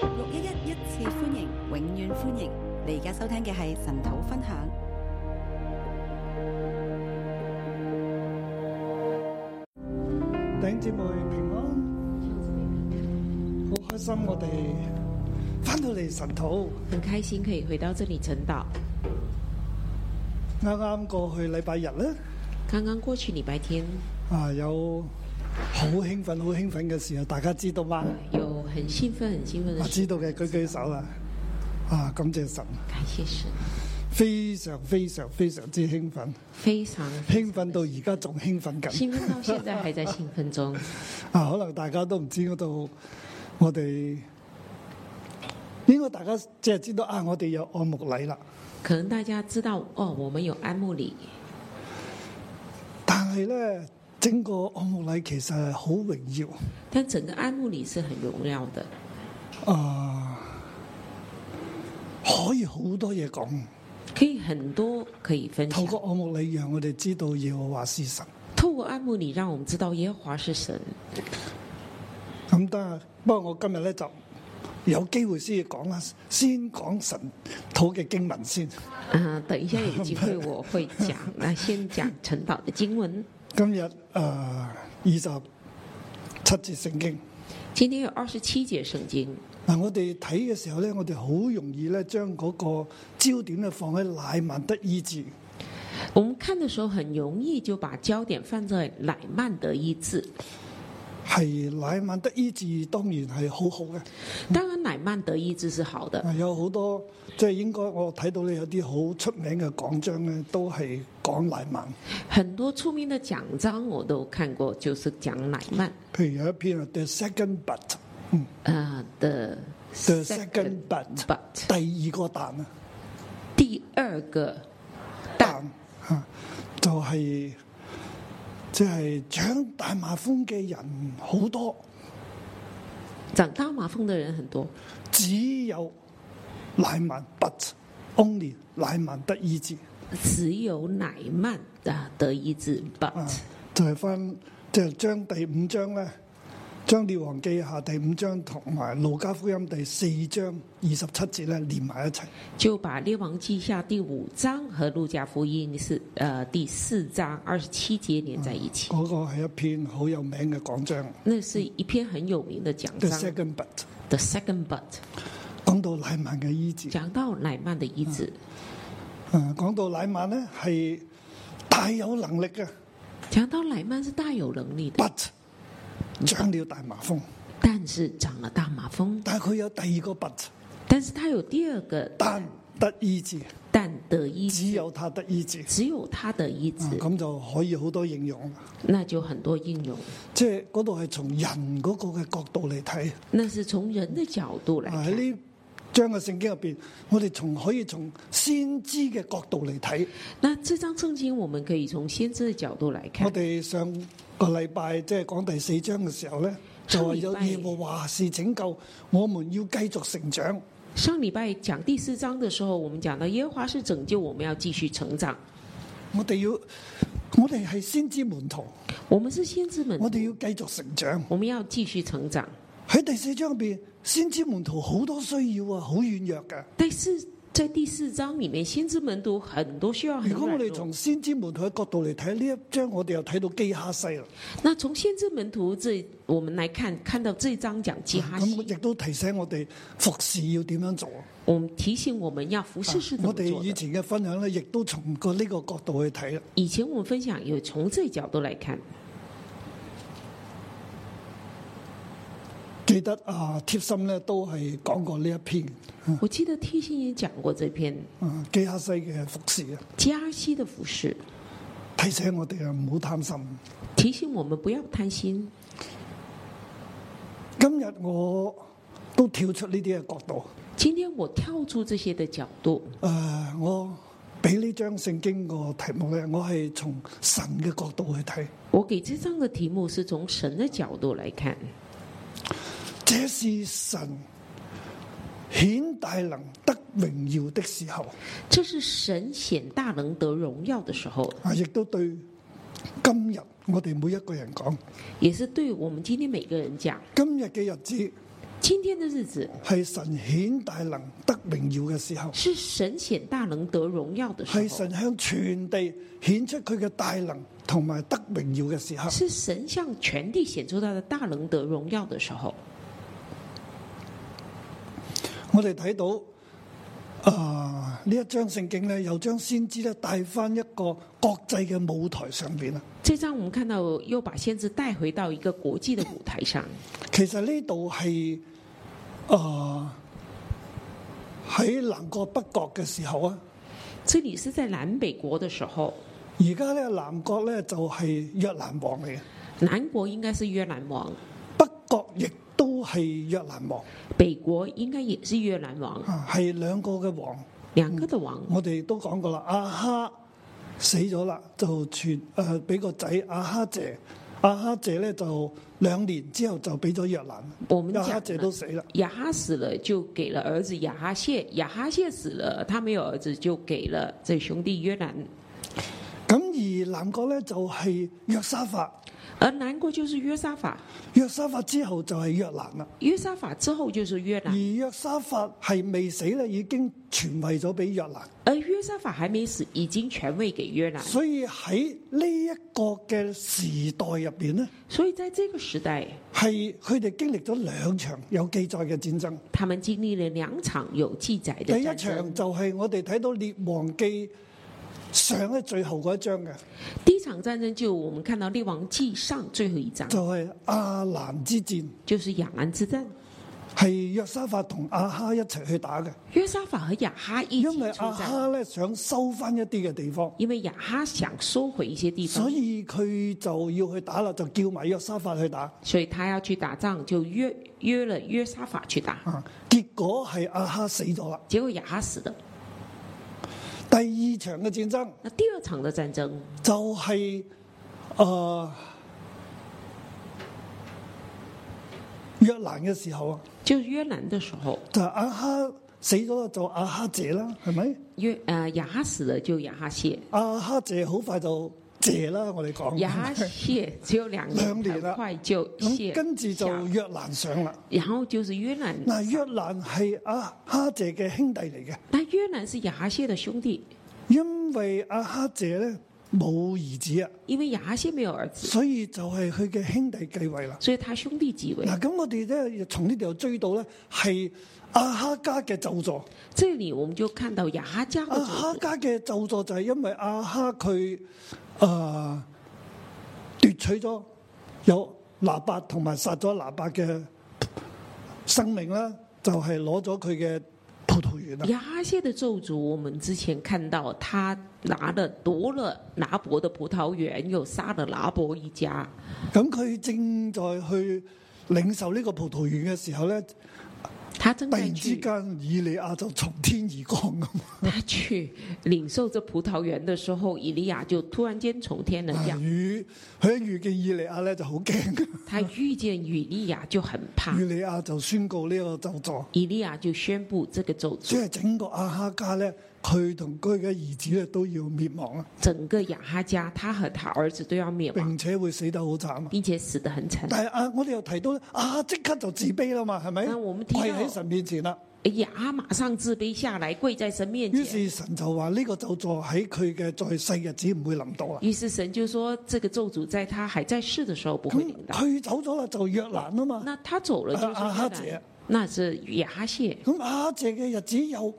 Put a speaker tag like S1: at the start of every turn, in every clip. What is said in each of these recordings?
S1: 六一一一次歡迎，永遠歡迎！你而家收聽嘅係神土分享。
S2: 弟兄姊妹平安，好開心我哋翻到嚟神土，
S3: 很开心可以回到这里晨祷。
S2: 啱啱過去禮拜日咧，
S3: 刚刚过去礼拜天，
S2: 啊有好興奮、好興奮嘅時候，大家知道嗎？
S3: 有很兴奋、很兴奋的
S2: 啊，
S3: 事，
S2: 知道嘅舉舉手啊！啊，感謝神，
S3: 感谢神，
S2: 非常非常非常之興奮，
S3: 非常
S2: 興奮到而家仲興奮緊。
S3: 兴奋到现在还在兴 奋中。
S2: 啊，可能大家都唔知嗰度，我哋應該大家只係知道啊，我哋有按牧禮啦。
S3: 可能大家知道哦，我们有安慕礼，
S2: 但係咧，整個按牧禮其實係好榮耀。
S3: 但整个安慕礼是很荣耀的，
S2: 啊，可以好多嘢講。
S3: 可以很多可以分
S2: 透
S3: 享。
S2: 過按牧禮，讓我哋知道耶和華是神。
S3: 透过安慕礼，让我们知道耶和华是神。
S2: 咁但係，不過我今日咧就有機會先講啦，先講神土嘅經文先。
S3: 嗯、等一下有机会我会 讲，那先讲晨祷的经文。
S2: 今日啊，二十七節聖經。
S3: 今天有二十七节圣经，
S2: 嗱，我哋睇嘅時候咧，我哋好容易咧將嗰個焦點咧放喺乃曼德醫治。
S3: 我们看的时候很容易就把焦点放在乃曼的医治。
S2: 係乃曼德醫治當然係好好嘅，
S3: 当然，乃曼得医治是好的，
S2: 啊，有好多即係應該我睇到咧有啲好出名嘅講章咧，都係講乃曼。
S3: 很多出名的奖章我都看过，就是讲乃曼
S2: 譬如有一篇啊，《The Second But
S3: 啊的》
S2: ，The Second But，
S3: but
S2: 第二個蛋啊，
S3: 第二个但
S2: 蛋啊，就係即係搶大麻風嘅人好多，
S3: 长大麻风的人很多，
S2: 只有乃曼 But only 乃曼得醫治
S3: 只有乃曼啊得医治
S2: 啊
S3: but，
S2: 就係翻即係將第五章咧。將《列王記下》第五章同埋《路加福音》第四章二十七節咧連埋一齊，
S3: 就把列王记下第五章和路加福音是呃第四章二十七节连在一起，
S2: 嗰、個係一篇好有名嘅講章，《
S3: 那是一篇很有名的奖
S2: The
S3: 章
S2: Second But》
S3: the second but，
S2: 講到乃曼嘅醫治。誒、啊
S3: 讲到乃曼的医治。
S2: 講到乃曼咧係大有能力嘅
S3: 讲到乃曼是大有能力的，
S2: ，but 長了大麻風，
S3: 但是长了大麻风，
S2: 但係佢有第二個 but，
S3: 但是他有第二个
S2: 但得醫治，
S3: 但得医
S2: 只
S3: 治，
S2: 有他得醫治。
S3: 只有他的医
S2: 啊
S3: 治，
S2: 咁、就可以好多應用啦，
S3: 那就很多应用。
S2: 即係嗰度係從人嗰個嘅角度嚟睇。
S3: 那是从人的角度来
S2: 啊
S3: 看，
S2: 喺呢章嘅聖經入邊，我哋從可以從先知嘅角度嚟睇。
S3: 那这张圣经我们可以从先知的角度来
S2: 我
S3: 看。
S2: 哋上個禮拜即係講第四章嘅時候咧，就話有
S3: 上禮拜
S2: 耶和華是拯救，我們要繼續成長。
S3: 上礼拜讲第四章的时候，我们讲到耶和华是拯救，我们要继续成长。
S2: 我哋要，我哋係先知門徒，
S3: 我们是先知们，
S2: 我哋要繼續成長。
S3: 我们要繼續成長。
S2: 喺第四章入邊，先知門徒好多需要啊，好軟弱嘅。
S3: 但是在第四章里面，先知们都很多需要很
S2: 如果我
S3: 软
S2: 哋
S3: 弱。
S2: 從先知門徒嘅角度嚟睇呢一章，我哋又睇到基哈西啦。
S3: 那从先知门徒这，我们来看，看到这章讲基哈
S2: 啊咁亦
S3: 西，
S2: 都提醒我哋服侍要點樣做。啊
S3: 我们提醒我们要服侍是怎么
S2: 我哋
S3: 做啊
S2: 以
S3: 的。
S2: 前嘅分享咧，亦都從個呢個角度去睇啦。
S3: 以前我们分享有从这角度来看，
S2: 記得啊，貼心咧都係講過呢一篇
S3: 我记得贴心也讲过这篇
S2: 啊，基哈西嘅服侍啊，
S3: 基哈西的服侍，
S2: 提醒我哋啊唔好貪心。
S3: 提醒我们不要贪心。
S2: 今日我都跳出呢啲嘅角度，
S3: 今天我跳出这些的角度，
S2: 誒、啊我俾呢張聖經個題目咧，我係從神嘅角度去睇，
S3: 我给这章的题目是从神的角度来看，
S2: 這是神顯大能得榮耀的時候
S3: 这是神显大能得荣耀的时候，
S2: 啊，亦都對今日我哋每一個人講，
S3: 也是对我们今天每个人讲，
S2: 今日嘅日子
S3: 今今天的日子
S2: 係神顯大能得榮耀嘅時候，
S3: 是神显大能得荣耀的时
S2: 係
S3: 候，
S2: 神向全地顯出佢嘅大能同埋得榮耀嘅時候。
S3: 是神向全地显出他的大能得荣耀的时候。
S2: 我哋睇到啊呢一章聖經咧，又將先知咧帶翻一個國際嘅舞台上啊边啦。
S3: 这章我们看到又把先知带回到一个国际的舞台上，
S2: 其實呢度係啊喺南國北國嘅時候啊，
S3: 这里是在南北国的时候，
S2: 而家咧南國咧就係約蘭王嚟嘅，
S3: 南国应该是约兰王，
S2: 北國亦都係約蘭王
S3: 北国应该也是约兰王，
S2: 啊，係兩個嘅王。
S3: 两个的王。
S2: 我哋都講過啦，阿哈死咗啦，就傳誒俾、個仔阿哈謝，阿哈謝咧就兩年之後就俾咗約蘭，
S3: 我们
S2: 阿
S3: 讲
S2: 哈謝都
S3: 了
S2: 死啦。
S3: 亚哈死了，就给了儿子亚哈谢；亚哈谢死了，他没有儿子，就给了这兄弟约兰。
S2: 咁而南國咧就係、約沙法，
S3: 而南国就是约沙法，
S2: 約沙法之後就係約蘭啦。
S3: 约沙法之后就是约
S2: 而
S3: 兰，
S2: 約沙法係未死咧，已經傳位咗俾約蘭，
S3: 而约沙法还没死，已经全位给约兰。
S2: 所以喺呢一個嘅時代入邊咧，
S3: 所以在这个时代，
S2: 係佢哋經歷咗兩場有記載嘅戰爭。
S3: 他们经历了两场有记载
S2: 第
S3: 的
S2: 一
S3: 战
S2: 場
S3: 争。
S2: 就係我哋睇到《列王記》上一最後嗰一章嘅，
S3: 第一场战争就我们看到《列王记上》最后一章，
S2: 就係亞蘭之戰，
S3: 就是亚兰之战。
S2: 係約沙法同亞哈一齊去打嘅，
S3: 约沙法和亚哈一
S2: 因
S3: 起
S2: 為
S3: 出
S2: 亞
S3: 战，
S2: 哈咧想收翻一啲嘅地方，
S3: 因为亚哈想收回一些地方
S2: 所，以佢就要去打啦，就叫埋約沙法去打
S3: 所以他要去打仗，就约约了约沙法去打。
S2: 啊。結果係亞哈死咗啦。
S3: 结果亚哈死了。
S2: 第二場嘅戰爭
S3: 那第二场的战争
S2: 就係、呃約蘭嘅時候啊。
S3: 就是约兰的时候，
S2: 就阿哈死咗就阿哈謝啦，係咪？
S3: 约呃亚哈死了就亚哈谢，
S2: 阿哈謝好快就謝啦，我哋講。
S3: 亚哈谢只有两
S2: 哦两年
S3: 年，
S2: 了
S3: 很快就谢
S2: 咁。跟住就
S3: 下
S2: 約蘭上啦。
S3: 然后就是约兰，
S2: 嗱，約蘭係阿哈謝嘅兄弟嚟嘅，
S3: 那约兰是亚哈谢的兄弟，
S2: 因為阿哈謝咧冇兒子啊，
S3: 因为亚哈谢没有儿子，
S2: 所以就係佢嘅兄弟繼位啦。
S3: 所以他兄弟继位。
S2: 嗱，咁我哋咧從呢度追到咧係阿哈家嘅咒助。
S3: 这里我们就看到亚啊哈家
S2: 阿
S3: 的
S2: 啊哈
S3: 主
S2: 家嘅咒助就係因為阿哈佢啊奪取咗有拿伯同埋殺咗拿伯嘅生命啦，就係攞咗佢嘅葡萄園啦。
S3: 亚哈谢的咒诅，我们之前看到他拿了夺了拿伯的葡萄园，又杀了拿伯一家。
S2: 咁佢正在去領受呢個葡萄園嘅時候咧，
S3: 他正
S2: 突
S3: 在
S2: 然之
S3: 去，
S2: 間以利亞就從天而降咁，
S3: 他去领受这葡萄园的时候，以利亚就突然间从天而
S2: 啊
S3: 降。
S2: 遇佢一遇見以利亞咧就好驚，
S3: 他遇见以利亚就很怕
S2: 以，利亞就宣告呢個咒助。
S3: 以利亚就宣布这个咒
S2: 即
S3: 诅，
S2: 係整個阿哈家咧，佢同佢嘅兒子咧都要滅亡啦，
S3: 整个亚哈家，他和他儿子都要灭亡，
S2: 並且會死得好慘啊！
S3: 并且死得很惨。
S2: 但係啊，我哋又提到咧，啊即刻就自卑啦嘛，係咪？
S3: 但我們提到
S2: 跪喺神面前啦，
S3: 亚哈哎马上自卑下来，跪在神面
S2: 於
S3: 前。
S2: 是神就話呢個咒助喺佢嘅在世日子唔會臨到啦。啊
S3: 于是神就说，这个咒诅在他还在世的时候不会领
S2: 咁
S3: 到。嗯
S2: 佢走咗啦，就約蘭啊嘛。
S3: 那他走了就是
S2: 啊啊哈
S3: 约
S2: 姐
S3: 兰，那是亚哈谢。
S2: 咁阿哈謝嘅日子又，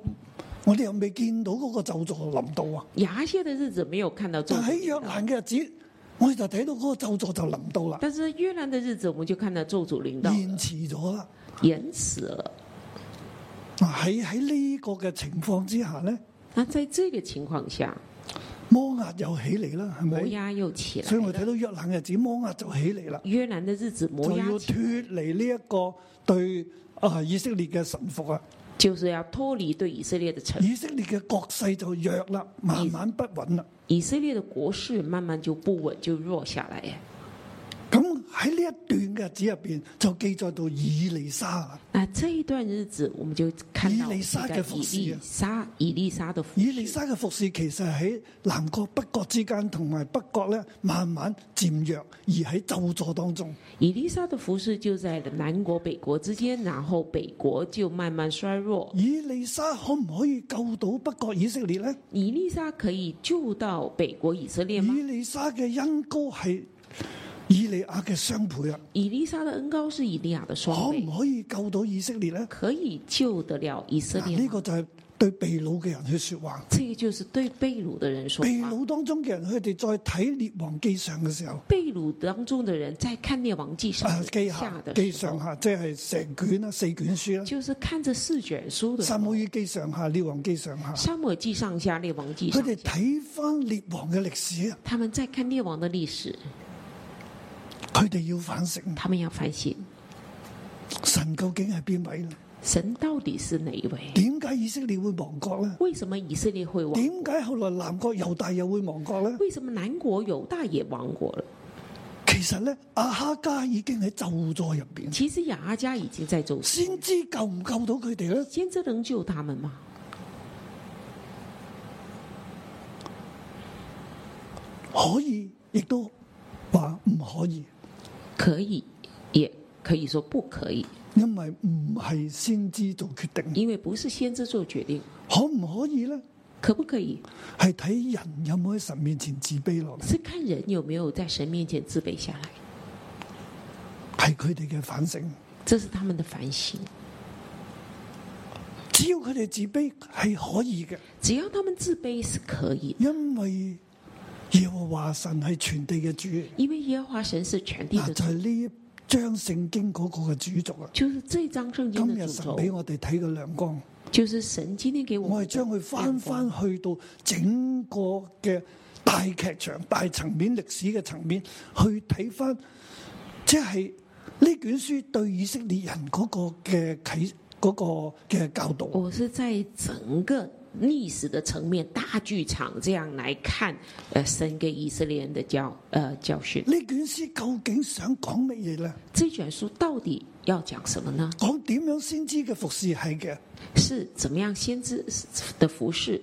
S2: 我哋又未見到嗰個咒助臨到啊。
S3: 亚哈谢的日子没有看到咒
S2: 但
S3: 诅
S2: 喺約
S3: 领到，
S2: 蘭嘅日子，我哋就睇到嗰個咒助就臨到啦，
S3: 但是约兰的日子我们就看到咒诅领到了
S2: 延遲咗啦。
S3: 延迟了。
S2: 嗱喺喺呢個嘅情況之下咧。
S3: 那在这个情况下，
S2: 摩押又起嚟啦，係
S3: 摩
S2: 咪？
S3: 押又起来
S2: 所以，我睇到約蘭日子，摩押就起嚟啦，
S3: 约兰的日子摩
S2: 就
S3: 押
S2: 要
S3: 起
S2: 脱離呢一個對啊以色列嘅臣服啊，
S3: 就是要脱离对以色列的臣服，
S2: 以色列嘅國勢就弱啦，慢慢不穩啦。
S3: 以色列的国势慢慢就不稳，就弱下来。
S2: 咁喺呢一段嘅日子入边就記載到以利沙啦。
S3: 那这一段日子，我们就看到
S2: 以利沙嘅服侍啊
S3: 以利沙以利沙的服
S2: 以利
S3: 侍。
S2: 沙嘅服侍其實喺南國北國之間，同埋北國咧慢慢漸弱，而喺咒助當中。
S3: 以利沙的服侍就在南国北国之间，然后北国就慢慢衰弱。
S2: 以利沙可唔可以救到北國以色列呢？
S3: 以利沙可以救到北国以色列
S2: 以
S3: 吗？
S2: 利沙嘅恩高係以利亞嘅雙倍啊，
S3: 以利沙的恩高是以利亚的
S2: 可
S3: 双倍，
S2: 唔可以救到以色列呢？
S3: 可以救得了以色
S2: 嗱
S3: 列
S2: 呢
S3: 吗？
S2: 個就係對被掳嘅人去说話。
S3: 这个就是对被掳的人说
S2: 被
S3: 话。
S2: 掳當中嘅人，佢哋再睇列王記上嘅時候，
S3: 被掳当中的人在看列王记上
S2: 啊記
S3: 下
S2: 下
S3: 的
S2: 記
S3: 时
S2: 上
S3: 候，
S2: 下，即係成卷啦，四卷書啦，
S3: 就是看着四卷书的
S2: 撒母耳記上下、列王記上下，
S3: 沙漠记上下、列王记
S2: 佢
S3: 上
S2: 哋
S3: 下，
S2: 睇翻列王嘅歷史啊，
S3: 他们在看列王的历史，
S2: 佢哋要反省啊
S3: 他们要反省
S2: 神究竟係邊位咧？
S3: 神到底是哪一位？
S2: 點解以色列會亡國咧？
S3: 为什么以色列会亡？
S2: 點解後來南國猶大又會亡國咧？
S3: 为什么南国犹大也亡国了？
S2: 其實咧，阿哈家已經喺咒詛入边，
S3: 其实雅阿家已经在走私，
S2: 先知救唔救到佢哋咧？
S3: 先知能救他们吗？
S2: 可以，亦都話唔可以，
S3: 可以，也可以说不可以，
S2: 因為唔係先知做決定。
S3: 因为不是先知做决定。
S2: 可唔可以呢？
S3: 可不可以
S2: 係睇人有冇喺神面前自卑落嚟，
S3: 是看人有没有在神面前自卑下来，
S2: 係佢哋嘅反省。
S3: 这是他们的反省。
S2: 只要佢哋自卑係可以嘅，
S3: 只要他们自卑是可以的，
S2: 因為耶和華神係全地嘅主，
S3: 因为耶和华神是全地
S2: 嗱
S3: 的
S2: 就
S3: 主
S2: 係，呢一章聖經嗰個嘅主轴啊。
S3: 就是这张圣经
S2: 今
S3: 的
S2: 日
S3: 主
S2: 神
S3: 轴，
S2: 俾我哋睇嘅亮光，
S3: 就是神今天给我
S2: 我係
S3: 们的
S2: 將佢翻
S3: 亮光
S2: 翻去到整個嘅大劇場、大層面、歷史嘅層面去睇翻，即係呢卷書對以色列人嗰個嘅啟嗰、個嘅教導。
S3: 我是在整个历史的层面大剧场这样来看，呃，神给以色列人的教呃教训。
S2: 呢卷詩究竟想講乜嘢呢？
S3: 这卷书到底要讲什么呢？
S2: 講點樣先知嘅服侍係嘅，
S3: 是怎么样先知的服饰？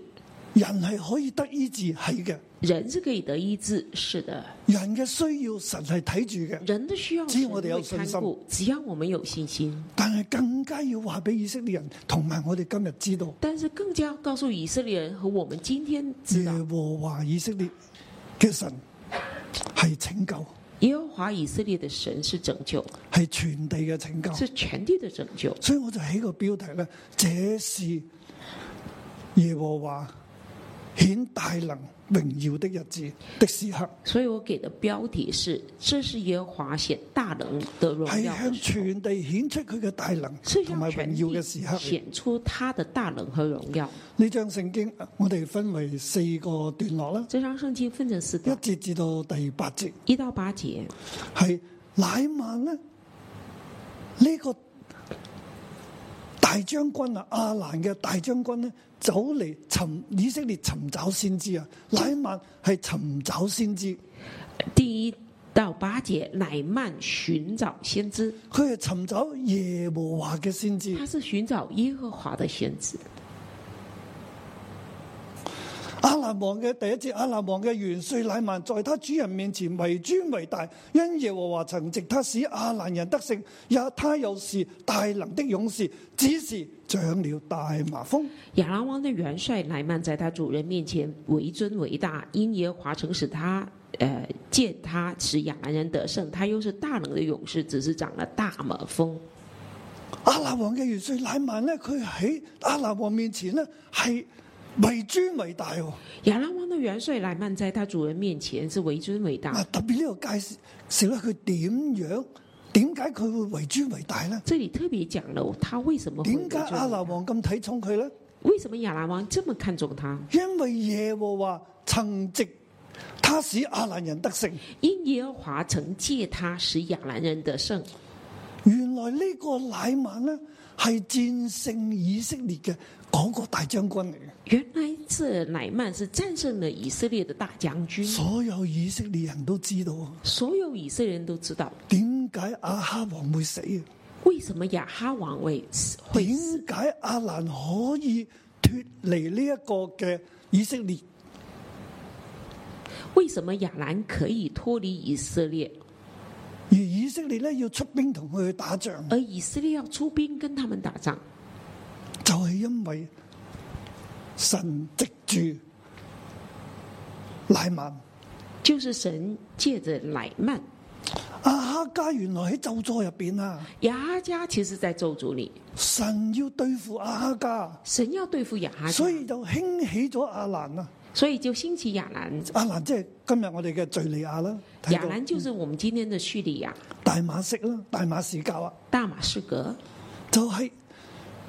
S2: 人係可以得醫治係嘅，
S3: 人是可以得医治，是的，
S2: 人嘅需要神係睇住嘅，
S3: 人的需要
S2: 只要
S3: 神
S2: 我哋有
S3: 会
S2: 信
S3: 看
S2: 心
S3: 顾，只要我们有信心。
S2: 但係更加要話俾以色列人同埋我哋今日知道，
S3: 但是更加要告诉以色列人和我们今天知
S2: 耶
S3: 道，
S2: 和華以色列嘅神係拯救，
S3: 耶和华以色列的神是拯救，
S2: 係全地嘅拯救。
S3: 是全地的拯救。
S2: 所以我就起個標題咧，這是耶和華顯大能榮耀的日子的時刻。
S3: 所以我给的标题是：这是耶和华显大能的荣
S2: 系
S3: 耀
S2: 向
S3: 的时候，
S2: 全地顯出佢嘅大能
S3: 是
S2: 同埋
S3: 向全
S2: 榮耀嘅
S3: 地
S2: 時刻。
S3: 显出他的大能和荣耀。
S2: 呢張聖經我哋分為四個段落啦，
S3: 这张圣经分成四
S2: 一
S3: 段，
S2: 節至到第八節
S3: 一到八节
S2: 係乃曼呢，呢、個大將軍啊，阿蘭嘅大將軍呢，走嚟尋以色列尋找先知啊，乃曼係尋找先知，
S3: 第一到八节，乃曼寻找先知，
S2: 佢係尋找耶和華嘅先知
S3: 他。是寻找耶和华的先知。
S2: 阿兰王嘅第一节，阿兰王嘅元帅乃曼在他主人面前为尊为大，因耶和华曾藉他使阿兰人得胜，也他又是大能的勇士，只是长了大麻风。
S3: 亚兰王的元帅乃曼在他主人面前为尊为大，因耶和华曾使他呃见他使亚兰人得胜，他又是大能的勇士，只是长了大马蜂。
S2: 阿兰王嘅元帅乃曼呢，佢喺阿兰王面前呢，系为尊为大喎。
S3: 亚兰王的元帅莱曼在他主人面前是为尊为
S2: 嗱
S3: 大。，
S2: 特别呢个介绍咧，佢点样？点解佢会为尊为大呢？
S3: 这里特别讲了他为什么会
S2: 点
S3: 为
S2: 解
S3: 尊
S2: 阿
S3: 为大
S2: 兰王咁睇重佢呢？
S3: 为什么亚兰王这么看重他？
S2: 因为耶和华曾藉他使阿兰人得胜。
S3: 因耶和华曾借他使亚兰人得胜。
S2: 原來呢個乃曼呢，係戰勝以色列嘅嗰個大將軍嚟嘅，
S3: 原来这乃曼是战胜了以色列的大将军，
S2: 所有以色列人都知道
S3: 所有以色列人都知道
S2: 點解亞哈王會死啊嘅，
S3: 为什么亚哈王会死会
S2: 點
S3: 死，
S2: 解亞蘭可以脱離呢一個嘅以色列，
S3: 为什么亚兰可以脱离以色列，
S2: 而以色列咧要出兵同佢去打仗，
S3: 而以色列要出兵跟他们打仗，
S2: 就係因為神藉住乃曼。
S3: 就是神借着乃曼。
S2: 阿哈家原來喺咒詛入边啊，
S3: 亚哈家其实在咒诅你，
S2: 神要對付阿哈家，
S3: 神要对付亚哈家，
S2: 所以就興起咗阿蘭啊。
S3: 所以就兴起亚兰。
S2: 阿蘭即係今日我哋嘅敘利亞啦，睇
S3: 亚兰
S2: 到
S3: 就是我们今天的叙利亚、
S2: 大馬色啦，大馬士教啊，
S3: 大马士革，
S2: 就係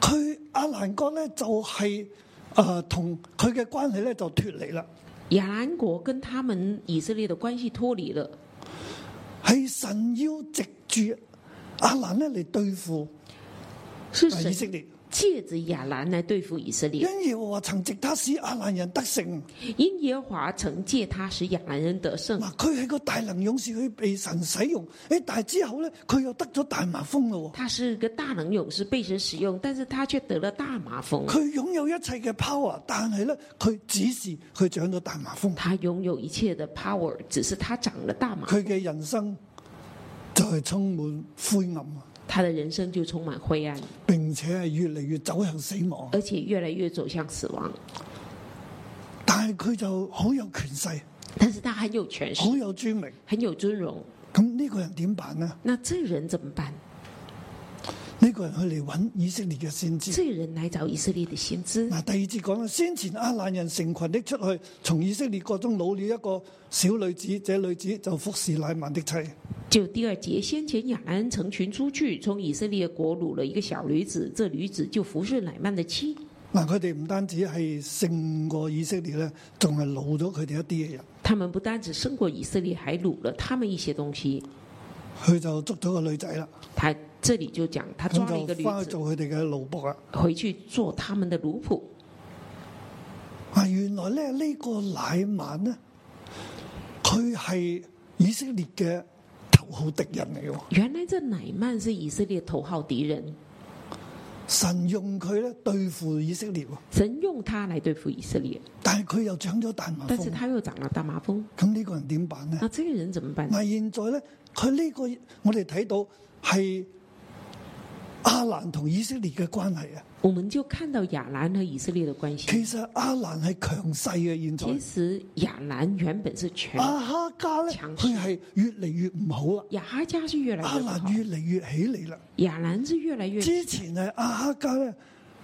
S2: 佢阿蘭國咧就係呃同佢嘅關係咧就脱離啦，
S3: 亚兰国跟他们以色列的关系脱离了，
S2: 係神要藉住阿蘭咧嚟對付
S3: 是
S2: 呃以色
S3: 神
S2: 列。
S3: 借着亚兰来对付以色列。
S2: 因耶和華曾藉他使阿蘭人得勝，
S3: 因耶和華曾借他使亞兰人得胜。
S2: 嗱佢係個大能勇士，佢被神使用，诶，但係之後咧佢又得咗大麻風咯喎，
S3: 他是个大能勇士，被神使用，但是他却得了大麻风。
S2: 佢擁有一切嘅 power，但係咧佢只是佢長咗大麻風。
S3: 他拥有一切的 power，只是他长了大麻，
S2: 佢嘅人生就係充滿灰暗，
S3: 他的人生就充满灰暗，
S2: 並且係越嚟越走向死亡。
S3: 而且越来越走向死亡。
S2: 但係佢就好有權勢，
S3: 但是他很有权势，
S2: 好有尊名。
S3: 很有尊荣。
S2: 咁呢個人點辦呢？
S3: 那这人怎么办？
S2: 呢、個人去嚟揾以色列嘅先知。
S3: 这人来找以色列的先知。
S2: 嗱，第二節講啦，先前阿蘭人成群的出去，從以色列國中老了一個小女子，這女子就服侍乃曼的妻。
S3: 就第二节，先前亚兰人成群出去，从以色列国掳了一个小女子，这女子就服侍乃曼的妻。
S2: 嗱，佢哋唔單止係勝過以色列咧，仲係老咗佢哋一啲嘅人。
S3: 他们不单只胜过以色列，还掳了他们一些东西。
S2: 佢就捉咗個女仔啦，
S3: 他这里就讲，他抓了一
S2: 咁
S3: 个
S2: 就
S3: 女
S2: 翻去
S3: 子，
S2: 做佢哋嘅奴仆啦。
S3: 回去做他们的奴仆。
S2: 啊，原來咧呢、個乃曼呢，佢係以色列嘅頭號敵人嚟嘅喎。
S3: 原来这乃曼是以色列头号敌人，
S2: 神用佢咧對付以色列喎，
S3: 神用他来对付以色列，
S2: 但係佢又長咗大麻
S3: 但是
S2: 風。
S3: 他又长了大麻风。
S2: 咁呢個人點辦呢？
S3: 那这个人怎么办？
S2: 嗱，現在咧，佢呢、個我哋睇到係阿蘭同以色列嘅關係啊。
S3: 我们就看到亚兰和以色列的关系。
S2: 其實阿蘭係強勢嘅，現
S3: 其
S2: 在
S3: 实亚兰原本是全
S2: 阿哈家咧，
S3: 強
S2: 佢係越嚟越唔好啦。
S3: 亚哈家是越来
S2: 阿
S3: 越不好
S2: 蘭，越嚟越起嚟啦。
S3: 亚兰是越来越
S2: 之前係阿哈家咧，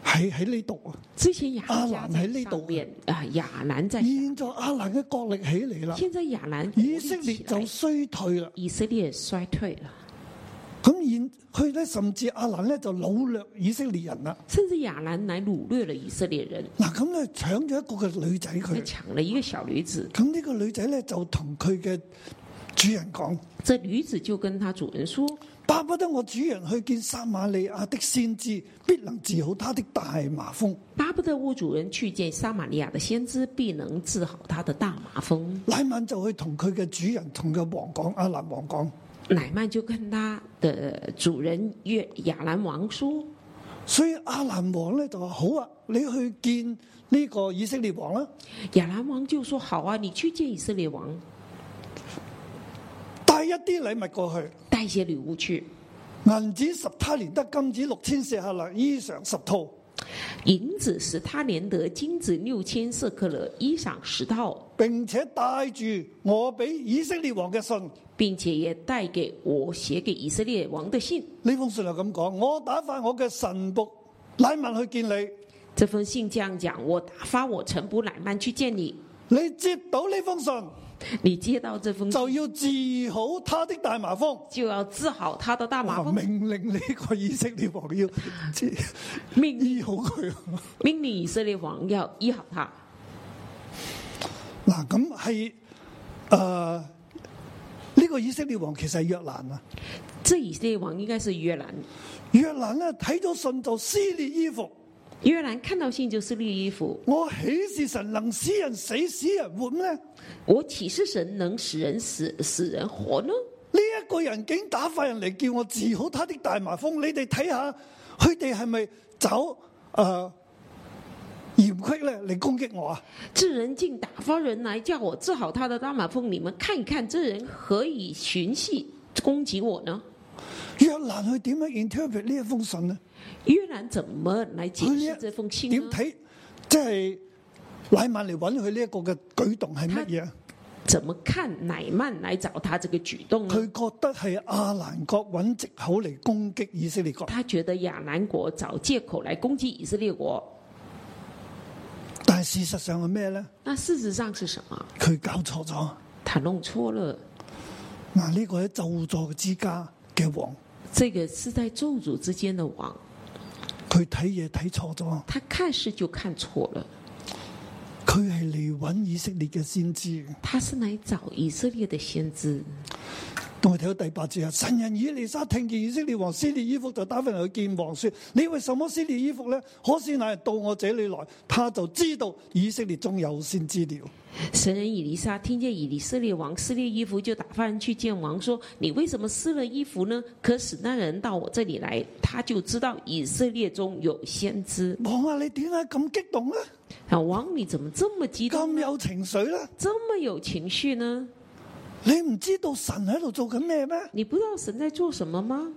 S2: 喺喺呢度啊。
S3: 之前亚哈家
S2: 阿兰喺
S3: 在
S2: 呢度
S3: 上面啊，亚兰在，
S2: 現在阿蘭嘅國力起嚟啦，
S3: 现在亚兰
S2: 以色列就衰退啦。
S3: 以色列衰退了。
S2: 咁現佢咧，甚至阿蘭咧就掳掠以色列人啦。
S3: 甚至亚兰来掳掠了以色列人，
S2: 嗱，咁咧搶咗一個嘅女仔
S3: 他
S2: 佢，
S3: 抢了一个小驴子。
S2: 咁呢個女仔咧就同佢嘅主人講：
S3: 这驴子就跟他主人说
S2: 巴不得我主人去見撒瑪利亞的先知，必能治好他的大麻風。：“
S3: 巴不得我主人去见撒玛利亚的先知，必能治好他的大麻风。
S2: 乃曼就去同佢嘅主人同嘅王講，阿蘭王講：”
S3: 乃曼就跟他的主人约亚兰王说
S2: 所以阿蘭王咧就話：好啊，你去見呢個以色列王啦。：“
S3: 亚兰王就说好啊，你去见以色列王，
S2: 帶一啲禮物過去，
S3: 带一些礼物去，
S2: 銀子十他連得，金子六千舍客勒，衣裳十套。
S3: 银子使他连得，金子六千色克勒，衣裳十套，
S2: 並且帶住我俾以色列王嘅信。
S3: 并且也带给我写给以色列王的信。
S2: 呢封信就咁講：我打發我嘅神仆乃曼去見你，
S3: 这封信这样讲：我打发我臣仆乃曼去见你，
S2: 你接到呢封信
S3: 你接到这封
S2: 就
S3: 信
S2: 要治好他的大麻風。
S3: 就要治好他的大麻
S2: 哇
S3: 风。
S2: 命令呢個以色列王要治
S3: 命令
S2: 醫好佢。
S3: 命令以色列王要医好他。
S2: 嗱，咁呃係诶呢個以色列王其實係約蘭啊，
S3: 这以色列王应该是约兰。
S2: 約蘭咧睇咗信就撕裂衣服，
S3: 约兰看到信就撕裂衣服。
S2: 我岂是神能使人死使人活呢？呢、
S3: 我岂是神能使人死，使人活呢？
S2: 一個人竟打發人嚟叫我治好他的大麻風，你哋睇下佢哋係咪走诶、呃、嚴隙咧嚟攻擊我啊？
S3: 这人竟打发人来叫我治好他的大马蜂，你们看一看，这人何以寻衅攻击我呢？
S2: 約蘭佢點樣 interpret 呢一封信呢？
S3: 约兰怎么来解释这封信
S2: 點
S3: 呢？
S2: 睇即係乃曼嚟揾佢呢一個嘅舉動係乜嘢？
S3: 怎么看乃曼来找他这个举动
S2: 佢
S3: 呢？
S2: 覺得係亞蘭國揾藉口嚟攻擊以色列國，
S3: 他觉得亚兰国找借口来攻击以色列国，
S2: 但係事實上係咩呢？
S3: 那事实上是什么？
S2: 佢搞錯咗。
S3: 他弄错了，
S2: 嗱，呢個喺咒詛之家嘅王，
S3: 这个是在咒诅之间的王，
S2: 佢睇嘢睇錯咗，
S3: 他看事就看错了，
S2: 佢係嚟揾以色列嘅先知。
S3: 他是来找以色列的先知。
S2: 咁我睇到第八節啊，神人以利沙聽見以色列王撕裂衣服，就打發人去見王說：你為什麼撕裂衣服呢？可是那人到我這裏來，他就知道以色列中有先知了。
S3: 神人以利沙听见以色列王撕裂衣服，就打发人去见王，说：“你为什么撕了衣服呢？可使那人到我这里来，他就知道以色列中有先知。
S2: 王啊，你點解咁激動呢？
S3: 啊，王，你怎么这么激动
S2: 咁
S3: 呢？
S2: 有情緒呢？
S3: 这么有情绪呢？
S2: 你唔知道神喺度做緊咩咩？
S3: 你不知道神在做什么吗？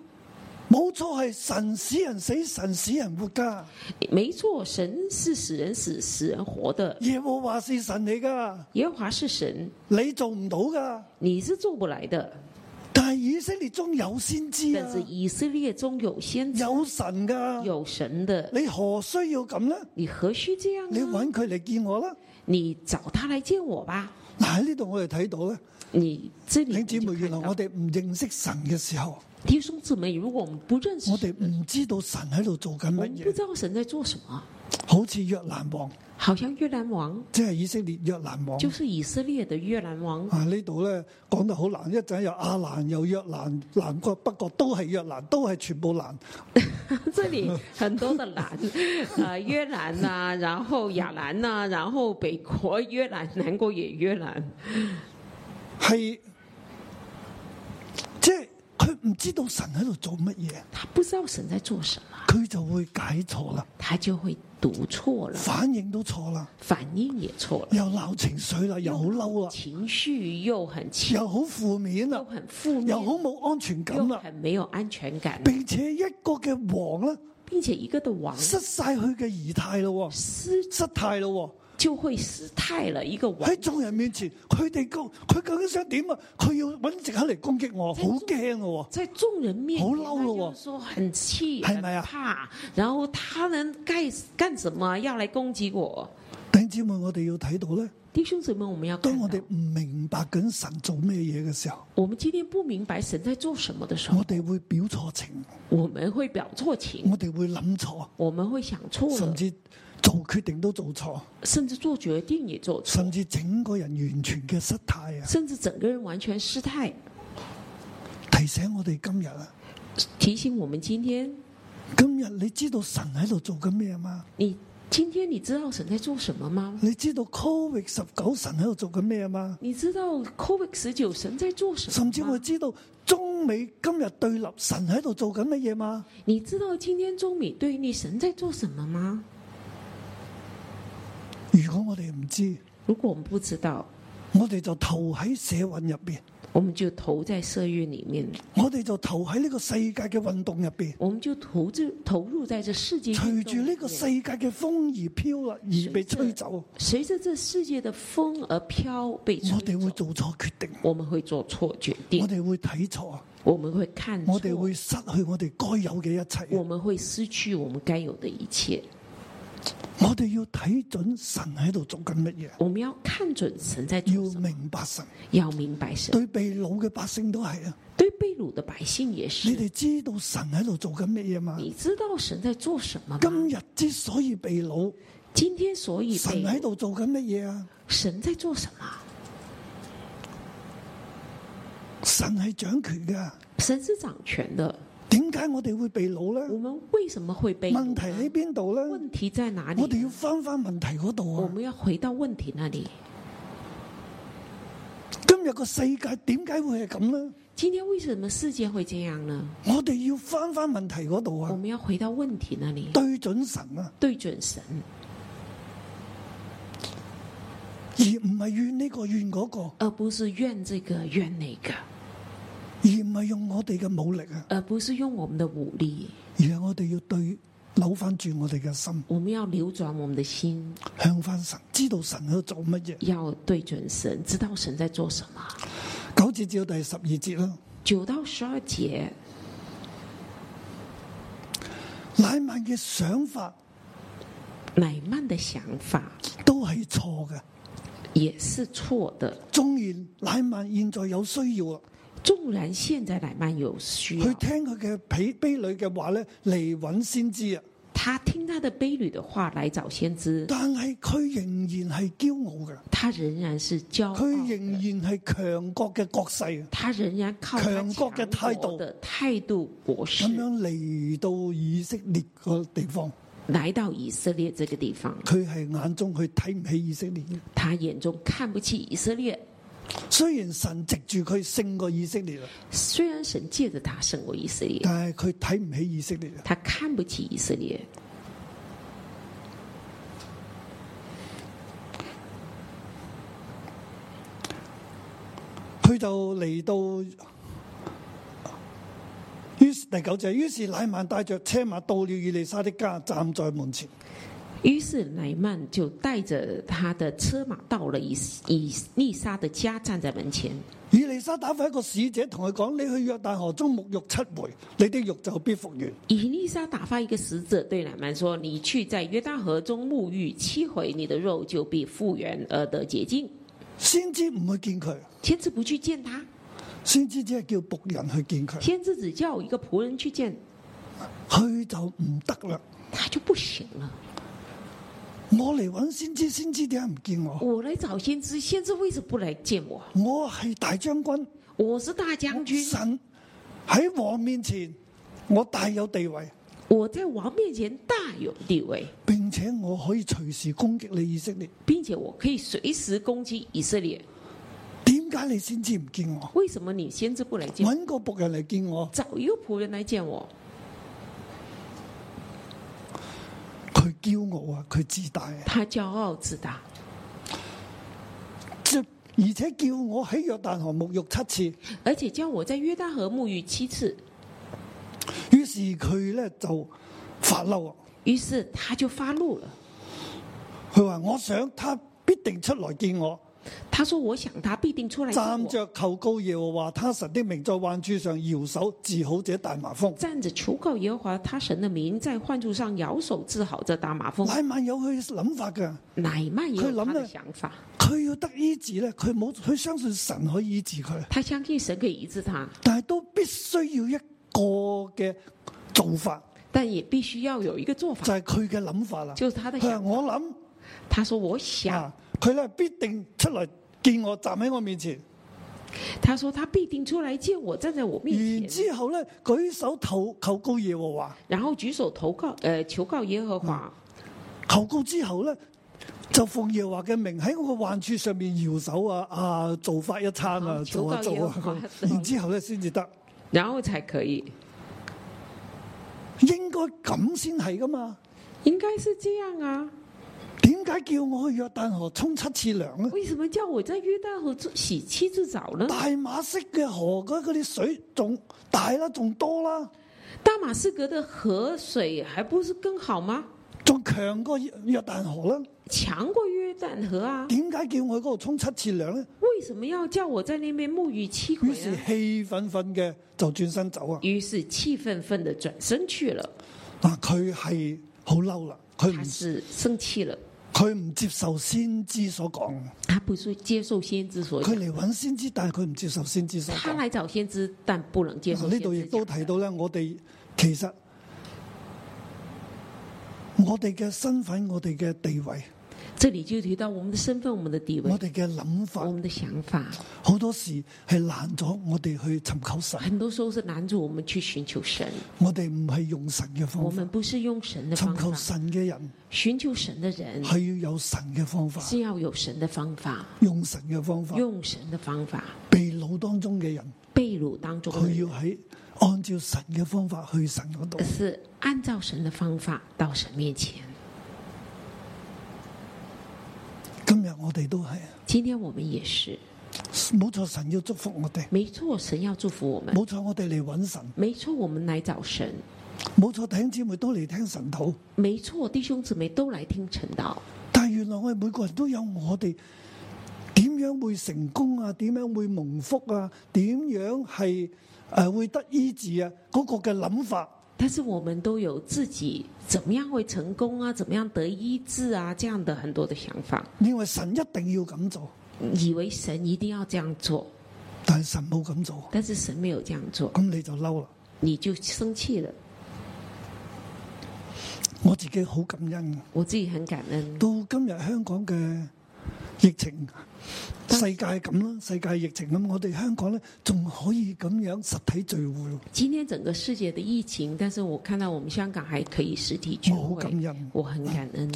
S2: 冇錯，係神使人死，神使人活噶。
S3: 没错，神是使人死，使人活的。
S2: 耶和華是神嚟噶，
S3: 耶和华是神，
S2: 你做唔到噶。
S3: 你是做不来的。
S2: 但系以色列中有先知
S3: 但
S2: 啊
S3: 是，以色列中有先知，
S2: 有神噶，
S3: 有神的，
S2: 你何需要咁呢？
S3: 你何须这样
S2: 你
S3: 呢？
S2: 揾佢嚟見我啦。
S3: 你找他来见我吧。”
S2: 嗱喺呢度我哋睇到咧，
S3: 你这里
S2: 領
S3: 你
S2: 姊
S3: 就
S2: 妹，原來
S3: 看嗯到
S2: 我哋唔認識神嘅時候，
S3: 弟兄姊妹，如果我们不认识
S2: 我
S3: 神，
S2: 哋唔知道神喺度做緊
S3: 我
S2: 乜
S3: 们不
S2: 嘢，
S3: 知道神在做什么。
S2: 好似約蘭王，
S3: 好像越南王
S2: 即係以色列約蘭王。
S3: 就是以色列的越南王，
S2: 啊！呢度咧講得好難，一陣又亞蘭，又約蘭，南國北國都係約蘭，都係全部蘭。
S3: 这里很多的南，呃，越南呐、然后亚兰呐、然后北国越南，南国也越南，
S2: 係即係佢唔知道神喺度做乜嘢，
S3: 他不知道神在做什么，
S2: 佢就會解錯啦，
S3: 他就会读错了，
S2: 反應都錯啦，
S3: 反应也错了，
S2: 又鬧情緒啦，又好嬲啦，
S3: 情绪又很气，
S2: 又好負面
S3: 又
S2: 啦，
S3: 很负面，
S2: 又好冇安全感
S3: 又
S2: 啦，
S3: 很没有安全感，
S2: 並且一個嘅王咧
S3: 并且一个的王
S2: 失晒佢嘅儀態咯喎，
S3: 失
S2: 失態咯
S3: 就会失态了。一个
S2: 喎，
S3: 王
S2: 喺眾人面前，佢哋個佢究竟想點啊？佢要揾藉口嚟攻擊我，好驚咯
S3: 在众人面前，
S2: 好嬲咯喎
S3: 他就说很气，
S2: 係咪啊
S3: 很怕，然后他人干干什么要来攻击我？
S2: 喎！弟兄姊妹，我哋要睇到咧，
S3: 弟兄姊妹，我们要
S2: 當
S3: 看
S2: 我
S3: 到
S2: 哋，唔明白緊神做咩嘢嘅時候。
S3: 我们今天不明白神在做什么的时候
S2: 我，哋會表錯情，
S3: 我们会表错情，
S2: 我哋會諗錯，
S3: 我们会想错
S2: 甚
S3: 了，
S2: 至做決定都做錯，
S3: 甚至做决定也做错
S2: 甚，至整個人完全嘅失態啊！
S3: 甚至整个人完全失态。
S2: 提醒我哋今日啊，
S3: 提醒我们今天，
S2: 今日你知道神喺度做緊咩嘛？
S3: 你今天你知道神在做什么吗？
S2: 你知道 Covid 十九神喺度做緊咩嘛？
S3: 你知道 COVID 十九神在做什么
S2: 甚
S3: 吗？
S2: 至我知道中美今日對立，神喺度做緊乜嘢嘛？
S3: 你知道今天中美对立神在做什么吗？
S2: 如果我哋唔知，
S3: 如果我们不知道，
S2: 我哋就投喺社運入邊，
S3: 我们就投在社运里面，
S2: 我哋就投喺呢個世界嘅運動入邊，
S3: 我们就投入投入在这世界运动里
S2: 隨
S3: 面。
S2: 住呢個世界嘅風而飄啦，而被吹走。
S3: 随着这世界的风而飘，被吹
S2: 我哋會
S3: 走
S2: 做錯決定，
S3: 我们会做错决
S2: 我
S3: 定，
S2: 哋會睇錯，
S3: 我们会看
S2: 我哋
S3: 错
S2: 會失去我哋該有嘅一
S3: 我
S2: 切。
S3: 们会失去我们该有的一切。
S2: 我哋要睇準神喺度做緊乜
S3: 我们要看准神在做
S2: 嘢，
S3: 什
S2: 要
S3: 么，
S2: 明白神。
S3: 要明白神。
S2: 對被掳嘅百姓都係啊，
S3: 对被掳的百姓也
S2: 你
S3: 是，
S2: 哋知道神喺度做緊乜嘢嘛？
S3: 你知道神在做什么吗？
S2: 今日之所以被掳，
S3: 今天所以
S2: 神
S3: 被
S2: 喺
S3: 掳
S2: 度做緊乜嘢啊？
S3: 神在做什么？
S2: 神係掌權噶，
S3: 神是掌权的，
S2: 點解我哋會被掳
S3: 我
S2: 呢？
S3: 們为什么会被掳
S2: 問題喺
S3: 呢？
S2: 邊度呢？
S3: 问题在哪里
S2: 我？哋要翻翻問題嗰度
S3: 我
S2: 啊！
S3: 们要回到问题那里。
S2: 今日個世界點解會係咁呢？
S3: 今天为什么世界会这样呢？
S2: 我哋要翻翻問題嗰度
S3: 我
S2: 啊，
S3: 们要回到问题那里，
S2: 對準神啊，
S3: 对准神，
S2: 而唔係怨呢個怨嗰個，
S3: 而不是怨这个怨那个，
S2: 而唔係用我哋嘅武力啊，
S3: 而不是用我们的武力。
S2: 而係我哋要對扭翻轉我哋嘅心，
S3: 我们要扭转我们的心，
S2: 向翻神，知道神喺度做乜嘢。
S3: 要对准神，知道神在做什么。
S2: 九節至到第十二節啦，
S3: 九到十二节，
S2: 乃曼嘅想法
S3: 乃曼的想法
S2: 都係錯嘅。
S3: 也是错的。
S2: 縱然乃曼現在有需要啊，
S3: 纵然现在乃曼有需
S2: 佢
S3: 要，
S2: 聽佢嘅婢婢女嘅話咧嚟揾先知啊，
S3: 他听他的卑劣的话来找先知，
S2: 但係佢仍然係驕傲嘅，
S3: 他仍然是骄傲
S2: 佢
S3: 的，
S2: 仍然係強國嘅國勢啊，
S3: 他仍然靠他
S2: 强国嘅态度
S3: 强国的态度博士
S2: 咁樣嚟到以色列個地方，
S3: 来到以色列这个地方，
S2: 佢係眼中佢睇唔起以色列嘅。
S3: 他眼中看不起以色列。
S2: 雖然神藉住佢勝過以色列啊，
S3: 虽然神借着他胜过以色列，
S2: 但係佢睇唔起以色列啊。
S3: 他看不起以色列。
S2: 佢就嚟到，於是第九節，於是乃曼帶着車馬到了以利沙的家，站在門前。
S3: 于是乃曼就带着他的车马到了以以丽莎的家，站在门前。
S2: 以利沙打發一個使者同佢講：你去約旦河中沐浴七回，你的肉就必復原。
S3: 以丽莎打发一个使者对乃曼说：“你去在约旦河中沐浴七回，你的肉就必复原而得洁净。
S2: 先知唔去見佢，”
S3: 先知不去见他，
S2: 先知只係叫仆人去見佢，
S3: 先知只叫一个仆人去见
S2: 佢就唔得啦。
S3: 他就不行了。
S2: 我嚟揾先知，先知點解唔見我？
S3: 我来找先知，先知为什么不来见我？
S2: 我係大將軍，
S3: 我是大将军，
S2: 神喺王面前，我大有地位，
S3: 我在王面前大有地位，
S2: 並且我可以隨時攻擊你以色列。
S3: 并且我可以随时攻击以色列。
S2: 點解你先知唔見我？
S3: 为什么你先知不来见我？
S2: 揾個仆人嚟見我，
S3: 找一个仆人来见我，
S2: 佢驕傲啊，佢自大啊，
S3: 他骄傲自大，
S2: 即而且叫我喺約旦河沐浴七次。
S3: 而且叫我在约旦河沐浴七次。
S2: 於是佢咧就發嬲啊！
S3: 于是他就发怒了，
S2: 佢話：我想他必定出來見我，
S3: 他说：“我想他必定出来见
S2: 站
S3: 我。”
S2: 着求告耶和華他神的名，在患處上搖手治好這大麻風。
S3: 站着求告耶和华他神的名，在患处上摇手治好这大马蜂。
S2: 乃曼有佢諗法㗎，
S3: 乃曼也
S2: 佢
S3: 有
S2: 諗
S3: 他
S2: 咧
S3: 的想法，
S2: 佢要得醫治咧，佢冇佢相信神可以醫治佢，
S3: 他相信神可以医治他，
S2: 但係都必須要一個嘅做法，
S3: 但也必须要有一个做
S2: 就
S3: 法，
S2: 係佢嘅諗法啦。
S3: 就是他的
S2: 佢話
S3: 想。
S2: 我諗
S3: 他说：“我想。
S2: 啊，佢咧必定出嚟見我，站喺我面前，”
S3: 他说：“他必定出来见我，站在我面
S2: 然
S3: 前。
S2: 之後咧舉手投求告耶和華。”
S3: 然后举手投告，呃，求告耶和华。
S2: 啊求告之後咧，就奉耶和華嘅名喺我個患處上面搖手啊啊，做法一餐啊，
S3: 啊
S2: 做啊
S3: 求告
S2: 做
S3: 耶和
S2: 啊
S3: 華，
S2: 然之後咧先至得，
S3: 然后才可以，
S2: 應該咁先係噶嘛？
S3: 应该是这样啊。
S2: 點解叫我去約旦河沖七次涼咧？
S3: 为什么叫我在约旦河做洗七次澡呢？
S2: 大馬色嘅河嗰嗰啲水仲大啦，仲多啦，
S3: 大马士革的河水还不是更好吗？
S2: 仲強過約旦河啦。
S3: 强过约旦河啊！
S2: 點解叫我去嗰度沖七次涼咧？
S3: 为什么要叫我在那边沐浴七回
S2: 於是
S3: 呢？
S2: 氣憤憤嘅就轉身走啊！
S3: 于是气愤愤的转身去了。
S2: 嗱，佢係好嬲啦，佢
S3: 他
S2: 唔
S3: 是生气了，
S2: 佢唔接受先知所講。
S3: 他不是接受先知所
S2: 佢
S3: 讲，
S2: 嚟揾先知，但係佢唔接受先知所
S3: 他
S2: 講。
S3: 来找先知，但不能接受
S2: 嗱呢
S3: 先
S2: 度亦
S3: 知
S2: 啊都
S3: 讲。
S2: 提到咧，我哋其實我哋嘅身份、我哋嘅地位，
S3: 这里就提到我们的身份、我们的地位
S2: 我、哋嘅諗
S3: 我
S2: 法
S3: 们的想法，
S2: 好多時係攔咗我哋去尋求神，
S3: 很多时候是拦住我们去寻求神。
S2: 我哋唔係用神嘅
S3: 我
S2: 方法
S3: 们，不是用神的方
S2: 尋求
S3: 法，
S2: 神嘅人
S3: 寻求神的人
S2: 係要有神嘅方法，
S3: 嗯是要有神的方法，
S2: 用神嘅方法。
S3: 用神的方法。
S2: 被擄當中嘅人，
S3: 被掳当中的
S2: 佢
S3: 人
S2: 要喺按照神嘅方法去神嗰度。
S3: 是按照神的方法到神面前。
S2: 今日我哋都係啊
S3: 今天我们也是，
S2: 冇錯，神要祝福我哋，
S3: 没错，神要祝福我们，
S2: 冇錯，我哋嚟揾神，
S3: 没错，我们来找神，
S2: 冇錯，弟兄姊妹都嚟聽神道。
S3: 没错，弟兄姊妹都来听晨道。
S2: 但系原來我哋每個人都有我哋點樣會成功啊？點樣會蒙福啊？點樣係诶会得醫治啊？嗰、個嘅諗法，
S3: 但是我们都有自己怎么样会成功啊，怎么样得医治啊，这样的很多的想法，
S2: 認為神一定要咁做，
S3: 以为神一定要这样做，
S2: 但係神冇咁做，
S3: 但是神没有这样做，
S2: 咁你就嬲啦。
S3: 你就生气了。
S2: 我自己好感恩，
S3: 我自己很感恩，
S2: 到今日香港嘅疫情。世界咁啦，世界疫情咁，我哋香港咧仲可以咁樣實體聚會喎，
S3: 今天整个世界的疫情，但是我看到我们香港还可以实体聚
S2: 哦我好感
S3: 会，
S2: 恩。
S3: 我很感恩。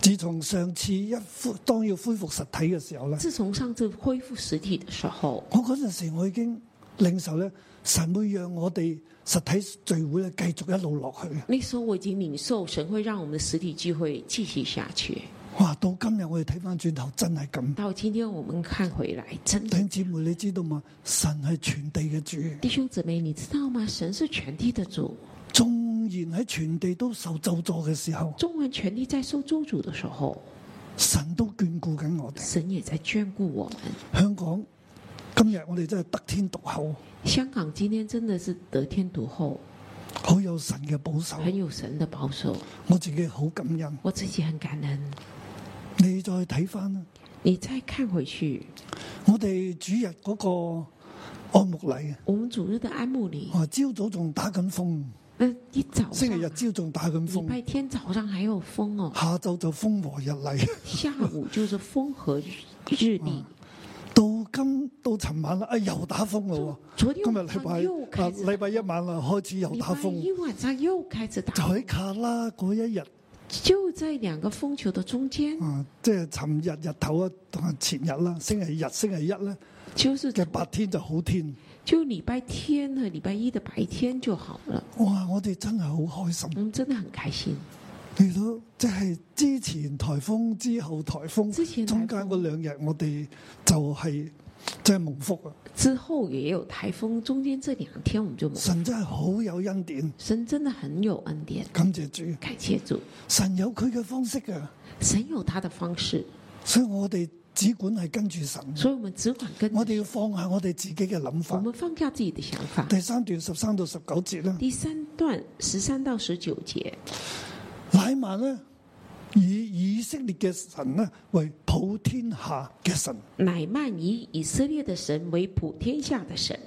S2: 自從上次一恢當要恢復實體嘅時候咧，
S3: 自从上次恢复实体的时候，
S2: 我嗰陣時我已經領受咧，神會讓我哋實體聚會咧繼續一路落去。
S3: 那时候我已经领受神会让我们的实体聚会继续下去。
S2: 哇！到今日我哋睇翻轉頭，真係咁。
S3: 到今天我们看回来，真
S2: 弟
S3: 的
S2: 兄姊妹，你知道嘛？神係全地嘅主，
S3: 弟兄姊妹，你知道吗？神是全地的主，
S2: 縱然喺全地都受咒詛嘅時候，
S3: 中文全地在受咒诅的时候，
S2: 神都眷顧緊我哋。
S3: 神也在眷顾我们。
S2: 香港今日我哋真係得天獨厚，
S3: 香港今天真的是得天独厚，
S2: 好有神嘅保守，
S3: 很有神的保守，
S2: 我自己好感恩。
S3: 我自己很感恩。
S2: 你再睇翻啦，
S3: 你再看回去，
S2: 我哋主日嗰個按木禮啊，
S3: 我们主日的安慕里，
S2: 啊朝早仲打緊風。
S3: 那一早
S2: 星
S3: 上
S2: 期日
S3: 啊，
S2: 朝仲打緊
S3: 礼拜
S2: 風，
S3: 天早上还有风哦，
S2: 下晝就風和日麗。
S3: 下午就是风和日日丽。
S2: 到今到尋晚啦，啊又打風咯
S3: 昨
S2: 喎。
S3: 天
S2: 今日
S3: 晚
S2: 禮
S3: 上又
S2: 拜啊
S3: 开始
S2: 禮拜一晚啦，開始又
S3: 礼
S2: 打
S3: 拜
S2: 風，
S3: 一晚上又开始打
S2: 就
S3: 风
S2: 喺，卡拉嗰一日
S3: 就在兩個風球的中間，
S2: 啊，即係尋日日頭啊同埋前日啦，星期日、星期一咧
S3: 就是
S2: 嘅白天就好天。
S3: 就禮拜天和禮拜一的白天就好了。
S2: 哇！我哋真係好開
S3: 我
S2: 心，
S3: 们真的很開心。
S2: 嚟到即係之前颱風之後颱
S3: 之前
S2: 風，
S3: 颱
S2: 中
S3: 風
S2: 間嗰兩日我哋就係真係蒙福啊！
S3: 之後也有颱風，中間這兩天我們就忙。
S2: 神真係好有恩典，
S3: 神真的很有恩典，
S2: 感謝主。
S3: 感謝主。
S2: 神有佢嘅方式嘅，
S3: 神有他的方式，
S2: 所以我哋只管係跟住神，
S3: 所以我們只管跟。
S2: 嗯我哋要放下我哋自己嘅諗
S3: 我
S2: 法。
S3: 們放下自己的想法。
S2: 第三段十三到十九節咧，
S3: 第三段十三到十九節，
S2: 乃曼咧以以色列嘅神咧為普天下嘅神，
S3: 乃曼以以色列的神為普天下的神，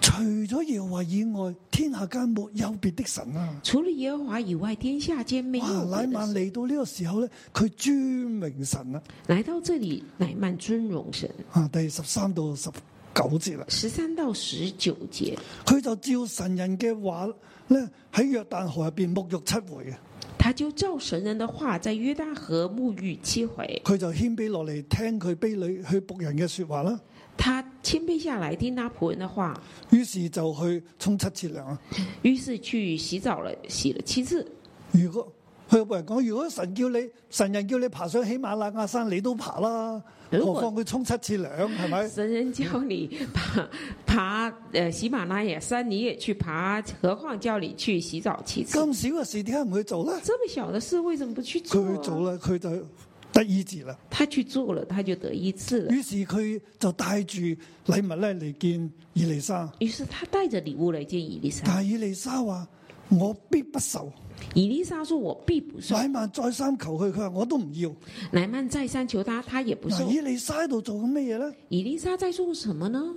S2: 除咗耶和華以外，天下間沒有別的神啊！
S3: 除了耶和華以外，天下間沒有
S2: 哇！
S3: 別的
S2: 乃曼
S3: 神
S2: 嚟到呢個時候咧，佢尊榮神啊！
S3: 来到这里，乃曼尊荣神。
S2: 啊，第十三到十九節啦，
S3: 十三到十九节，
S2: 佢就照神人嘅話咧喺約旦河入邊沐浴七回啊嘅。
S3: 他就照神人的话，在约旦河沐浴七回。
S2: 佢就謙卑落嚟聽佢卑女去仆人嘅説話啦。
S3: 他谦卑下来，听他仆人的话，
S2: 於是就去沖七次涼啊！
S3: 于是去洗澡了，洗了七次。
S2: 如果佢仆人講，如果神叫你，神人叫你爬上喜馬拉雅山，你都爬啦，何
S3: 如果
S2: 況佢沖七次涼係 咪？
S3: 神人叫你爬 爬呃喜马拉雅山，你也去爬，何况叫你去洗澡七次？
S2: 咁少嘅事點解唔去做咧？
S3: 这么小的事，为什么不去做、
S2: 佢去做啦，佢就得醫治啦。
S3: 他去做了，他就得医治了。
S2: 於是佢就帶住禮物咧嚟見以利沙，
S3: 于是他带着禮物来见以利
S2: 但
S3: 沙。
S2: 係以利沙話：我必不受。
S3: 以利沙说：“我必不受。
S2: 乃曼再三求佢，佢話我都唔要。”
S3: 乃曼再三求他，他也不
S2: 嗱，
S3: 受。
S2: 以利沙喺度做緊咩嘢咧？
S3: 以利沙在做什么呢？